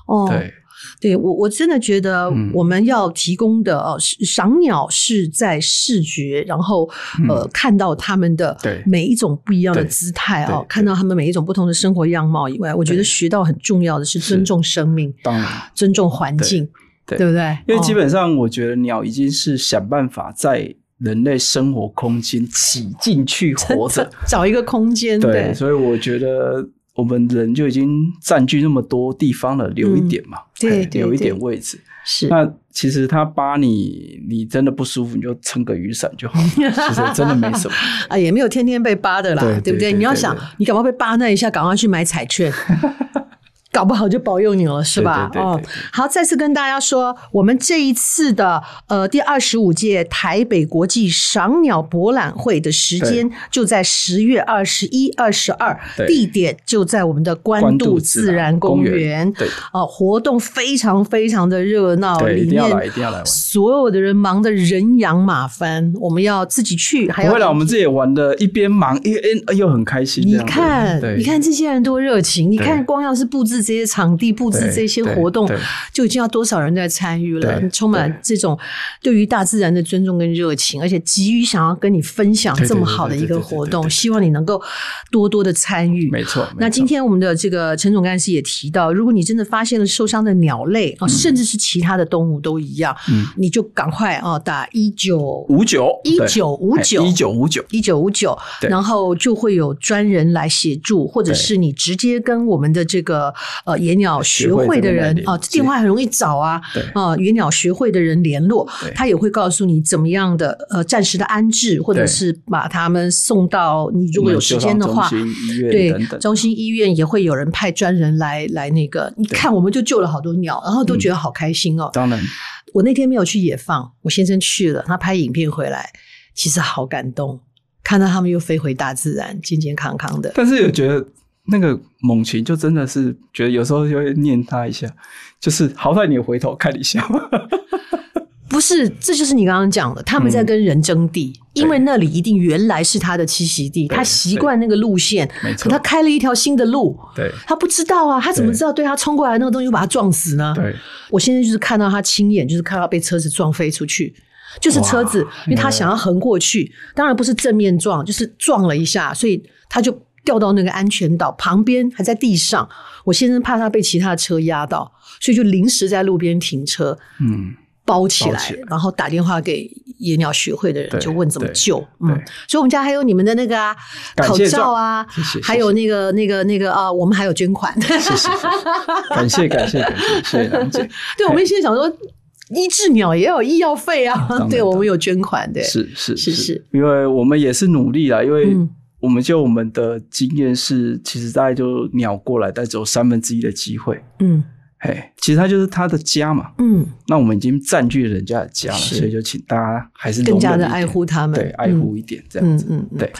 [SPEAKER 2] 哦，
[SPEAKER 3] 对。
[SPEAKER 2] 对我，我真的觉得
[SPEAKER 3] 嗯
[SPEAKER 2] 我们要提供的哦，是赏鸟是在视觉，然后呃，看到他们的
[SPEAKER 3] 嗯对
[SPEAKER 2] 每一种不一样的
[SPEAKER 3] 对
[SPEAKER 2] 姿态哦
[SPEAKER 3] 对，
[SPEAKER 2] 看到他们每一种不同的生活样貌以外，我觉得
[SPEAKER 3] 对
[SPEAKER 2] 学到很重要的是尊重生命，
[SPEAKER 3] 当然，
[SPEAKER 2] 尊重环境，
[SPEAKER 3] 对
[SPEAKER 2] 不对？
[SPEAKER 3] 因为基
[SPEAKER 2] 哦
[SPEAKER 3] 本上我觉得鸟已经是想办法在人类生活空间挤进去活着，
[SPEAKER 2] 哦找一个空间，
[SPEAKER 3] 对，所以我觉得我们人就已经占据那么多地方了，留一点嘛，
[SPEAKER 2] 嗯对
[SPEAKER 3] 嘿
[SPEAKER 2] 对
[SPEAKER 3] 留一点
[SPEAKER 2] 对
[SPEAKER 3] 位置。
[SPEAKER 2] 是
[SPEAKER 3] 那其实它扒你，你真的不舒服，你就撑个雨伞就 好了，其实真的没什么。
[SPEAKER 2] 啊，也没有天天被扒的啦，
[SPEAKER 3] 对
[SPEAKER 2] 不
[SPEAKER 3] 对
[SPEAKER 2] 对？
[SPEAKER 3] 对
[SPEAKER 2] 你要
[SPEAKER 3] 对
[SPEAKER 2] 想
[SPEAKER 3] 对，
[SPEAKER 2] 你赶快被扒那一下，赶快去买彩券。搞不好就保佑你了，是吧？哦
[SPEAKER 3] 对对对对对
[SPEAKER 2] 好，再次跟大家说，我们这一次的呃第二十五届台北国际赏鸟博览会的时间就在十月二十一、二十二，
[SPEAKER 3] 对
[SPEAKER 2] 地点就在我们的关
[SPEAKER 3] 关
[SPEAKER 2] 渡
[SPEAKER 3] 渡
[SPEAKER 2] 自
[SPEAKER 3] 自
[SPEAKER 2] 然
[SPEAKER 3] 然
[SPEAKER 2] 公
[SPEAKER 3] 公园
[SPEAKER 2] 园。
[SPEAKER 3] 对
[SPEAKER 2] 哦，活动非常非常的热闹，
[SPEAKER 3] 对，
[SPEAKER 2] 里
[SPEAKER 3] 一定要
[SPEAKER 2] 面
[SPEAKER 3] 来，一定要来玩。
[SPEAKER 2] 所有的人忙得人仰马翻，我们要自己去，还
[SPEAKER 3] 不
[SPEAKER 2] 要
[SPEAKER 3] 会啦，我们自己也玩的，一边忙一边又很开心这
[SPEAKER 2] 你
[SPEAKER 3] 样子。
[SPEAKER 2] 看，
[SPEAKER 3] 对
[SPEAKER 2] 你看这些人多热情！你
[SPEAKER 3] 对
[SPEAKER 2] 看，光要是布置这些场地、布置
[SPEAKER 3] 对
[SPEAKER 2] 这些
[SPEAKER 3] 对
[SPEAKER 2] 活动
[SPEAKER 3] 对，
[SPEAKER 2] 就已经要多少人在参与了，
[SPEAKER 3] 对
[SPEAKER 2] 充满
[SPEAKER 3] 对
[SPEAKER 2] 这种对于大自然的尊重跟热情，而且急于想要跟你分享
[SPEAKER 3] 对
[SPEAKER 2] 这
[SPEAKER 3] 对
[SPEAKER 2] 么
[SPEAKER 3] 对
[SPEAKER 2] 好的
[SPEAKER 3] 对
[SPEAKER 2] 一
[SPEAKER 3] 对
[SPEAKER 2] 个
[SPEAKER 3] 对
[SPEAKER 2] 活
[SPEAKER 3] 对对
[SPEAKER 2] 动，
[SPEAKER 3] 对
[SPEAKER 2] 希望你能够多多的参与。
[SPEAKER 3] 没错。
[SPEAKER 2] 那
[SPEAKER 3] 没错
[SPEAKER 2] 今天我们的这个陈总干事也提到，如果你真的发现了受伤的鸟类啊，甚至是其他的动物都一样，
[SPEAKER 3] 嗯
[SPEAKER 2] 你就赶快啊打一九
[SPEAKER 3] 五九
[SPEAKER 2] 1959
[SPEAKER 3] 哎一九五九，
[SPEAKER 2] 一九五九，
[SPEAKER 3] 对
[SPEAKER 2] 然后就会有专人来协助，或者是你直接跟我们的这个呃野鸟学会的人
[SPEAKER 3] 学会这边来联
[SPEAKER 2] 啊、
[SPEAKER 3] 系
[SPEAKER 2] 电话很容易找啊，
[SPEAKER 3] 对
[SPEAKER 2] 啊、野鸟学会的人联络
[SPEAKER 3] 对，
[SPEAKER 2] 他也会告诉你怎么样的呃暂时的安置，或者
[SPEAKER 3] 对
[SPEAKER 2] 是把他们送到你如果有时间的话。
[SPEAKER 3] 我们有救伤中心医
[SPEAKER 2] 对
[SPEAKER 3] 院等，等。
[SPEAKER 2] 中心医院也会有人派专人来来那个，你看我们就救了好多鸟，然后
[SPEAKER 3] 嗯
[SPEAKER 2] 都觉得好开心哦。
[SPEAKER 3] 当然，
[SPEAKER 2] 我那天没有去野放，我先生去了，他拍影片回来，其实好感动，看到他们又飞回大自然，健健康康的。
[SPEAKER 3] 但是有觉得那个猛禽就真的是觉得有时候就会念他一下，就是好歹你有回头看一下。
[SPEAKER 2] 不是，这就是你刚刚讲的，他们在跟人争地，因为那里一定原来是他的栖息地，
[SPEAKER 3] 对
[SPEAKER 2] 他习惯那个路线，
[SPEAKER 3] 没
[SPEAKER 2] 可
[SPEAKER 3] 错
[SPEAKER 2] 他，开了一条新的路，
[SPEAKER 3] 对
[SPEAKER 2] 他不知道啊，他怎么知道对他冲过来的那个东西会把他撞死呢？
[SPEAKER 3] 对
[SPEAKER 2] 我现在就是看到他亲眼，就是看到被车子撞飞出去，就是车子
[SPEAKER 3] 哇，
[SPEAKER 2] 因为他想要横过去，当然不是正面撞，就是撞了一下，所以他就掉到那个安全岛旁边，还在地上。我先生怕他被其他的车压到，所以就临时在路边停车
[SPEAKER 3] 嗯，
[SPEAKER 2] 包起来
[SPEAKER 3] 包起来，
[SPEAKER 2] 然后打电话给野鸟学会的人，
[SPEAKER 3] 对
[SPEAKER 2] 就问怎么
[SPEAKER 3] 对
[SPEAKER 2] 救。
[SPEAKER 3] 对
[SPEAKER 2] 嗯，所以我们家还有你们的那个啊，
[SPEAKER 3] 感
[SPEAKER 2] 口
[SPEAKER 3] 谢
[SPEAKER 2] 罩啊，
[SPEAKER 3] 谢谢谢谢
[SPEAKER 2] 还有那个那个那个啊，我们还有捐款。
[SPEAKER 3] 谢谢，谢谢 感谢感谢感谢，谢谢梁姐。
[SPEAKER 2] 对，我们现在想说，医治鸟也要有医药费
[SPEAKER 3] 当
[SPEAKER 2] 啊。
[SPEAKER 3] 然
[SPEAKER 2] 对，
[SPEAKER 3] 当
[SPEAKER 2] 我
[SPEAKER 3] 然
[SPEAKER 2] 们有捐款，对，
[SPEAKER 3] 是是
[SPEAKER 2] 是是，
[SPEAKER 3] 因为我们也是努力啦，因为
[SPEAKER 2] 嗯
[SPEAKER 3] 我们就我们的经验是，其实大概就鸟过来，但只有三分之一的机会。
[SPEAKER 2] 嗯
[SPEAKER 3] 嘿，其实它就是它的家嘛，
[SPEAKER 2] 嗯，
[SPEAKER 3] 那我们已经占据了人家的家了，
[SPEAKER 2] 是
[SPEAKER 3] 所以就请大家还是
[SPEAKER 2] 更
[SPEAKER 3] 容
[SPEAKER 2] 加
[SPEAKER 3] 忍
[SPEAKER 2] 的
[SPEAKER 3] 一
[SPEAKER 2] 爱
[SPEAKER 3] 点
[SPEAKER 2] 护他们，
[SPEAKER 3] 对，爱
[SPEAKER 2] 嗯。
[SPEAKER 3] 护一点这样
[SPEAKER 2] 嗯
[SPEAKER 3] 子。
[SPEAKER 2] 嗯，嗯
[SPEAKER 3] 对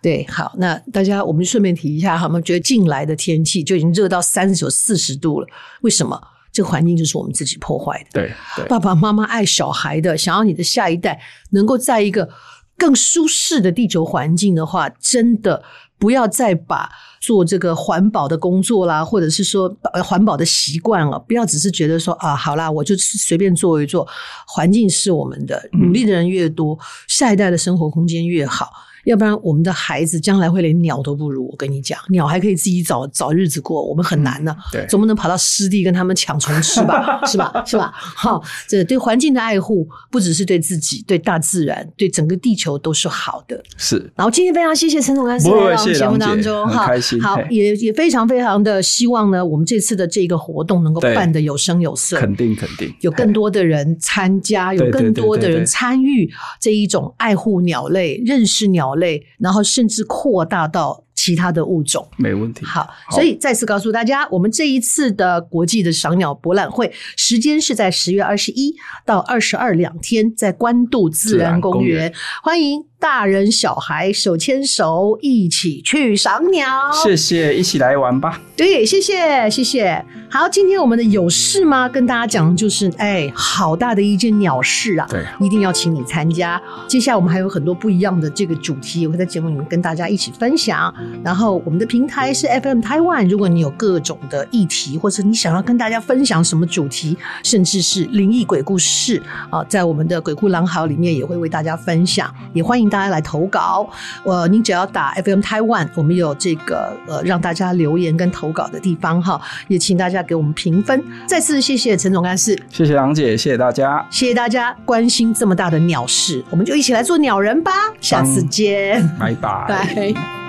[SPEAKER 2] 对，好，那大家我们顺便提一下哈，我们觉得近来的天气就已经热到三十九、四十度了，为什么？这个环境就是我们自己破坏的。
[SPEAKER 3] 对对
[SPEAKER 2] 爸爸妈妈爱小孩的，想要你的下一代能够在一个更舒适的地球环境的话，真的不要再把做这个环保的工作啦，或者是说呃环保的习惯了，不要只是觉得说啊，好啦，我就随便做一做，环境是我们的，
[SPEAKER 3] 嗯
[SPEAKER 2] 努力的人越多，下一代的生活空间越好。要不然，我们的孩子将来会连鸟都不如。我跟你讲，鸟还可以自己找找日子过，我们很难呢、啊
[SPEAKER 3] 对
[SPEAKER 2] 总不能跑到湿地跟他们抢虫吃吧？是吧？是吧？好，这对环境的爱护，不只是对自己，对大自然，对整个地球都是好的。
[SPEAKER 3] 是，
[SPEAKER 2] 然后今天非常谢谢陈总干事
[SPEAKER 3] 不会
[SPEAKER 2] 来到我
[SPEAKER 3] 谢
[SPEAKER 2] 们
[SPEAKER 3] 谢
[SPEAKER 2] 节目
[SPEAKER 3] 郎
[SPEAKER 2] 当
[SPEAKER 3] 姐
[SPEAKER 2] 中
[SPEAKER 3] 很
[SPEAKER 2] 哈
[SPEAKER 3] 开，心
[SPEAKER 2] 好
[SPEAKER 3] 嘿，
[SPEAKER 2] 也也非常非常的希望呢，我们这次的这个活动能够
[SPEAKER 3] 对
[SPEAKER 2] 办得有声有色，
[SPEAKER 3] 肯定肯定哎
[SPEAKER 2] 有更多的人参加，有
[SPEAKER 3] 对对
[SPEAKER 2] 更多的
[SPEAKER 3] 对对
[SPEAKER 2] 人
[SPEAKER 3] 对
[SPEAKER 2] 参与这一种爱护鸟类、认识鸟类，然后甚至扩大到其他的物种。
[SPEAKER 3] 没问题。
[SPEAKER 2] 好，所以再次告诉大家，我们这一次的国际的赏鸟博览会时间是在十月二十一到二十二两天，在关渡自然公
[SPEAKER 3] 自
[SPEAKER 2] 园，
[SPEAKER 3] 然
[SPEAKER 2] 欢迎大人小孩手牵手一起去赏鸟。
[SPEAKER 3] 谢谢，一起来玩吧。
[SPEAKER 2] 对，谢谢谢谢。好，今天我们的有事吗？跟大家讲的就是，哎，好大的一件鸟事啊！
[SPEAKER 3] 对
[SPEAKER 2] 一定要请你参加。接下来我们还有很多不一样的这个主题，我会在节目里面跟大家一起分享。然后我们的平台是 FM Taiwan，如果你有各种的议题，或者你想要跟大家分享什么主题，甚至是灵异鬼故事啊，在我们的鬼哭狼嚎里面也会为大家分享，也欢迎大家来投稿。呃，您只要打 FM Taiwan，我们有这个呃让大家留言跟投稿的地方哈，也请大家给我们评分。再次谢谢陈总干事，
[SPEAKER 3] 谢谢郎姐，谢谢大家，
[SPEAKER 2] 谢谢大家关心这么大的鸟事，我们就一起来做鸟人吧，下次
[SPEAKER 3] 嗯
[SPEAKER 2] 见，
[SPEAKER 3] 拜拜。
[SPEAKER 2] 拜。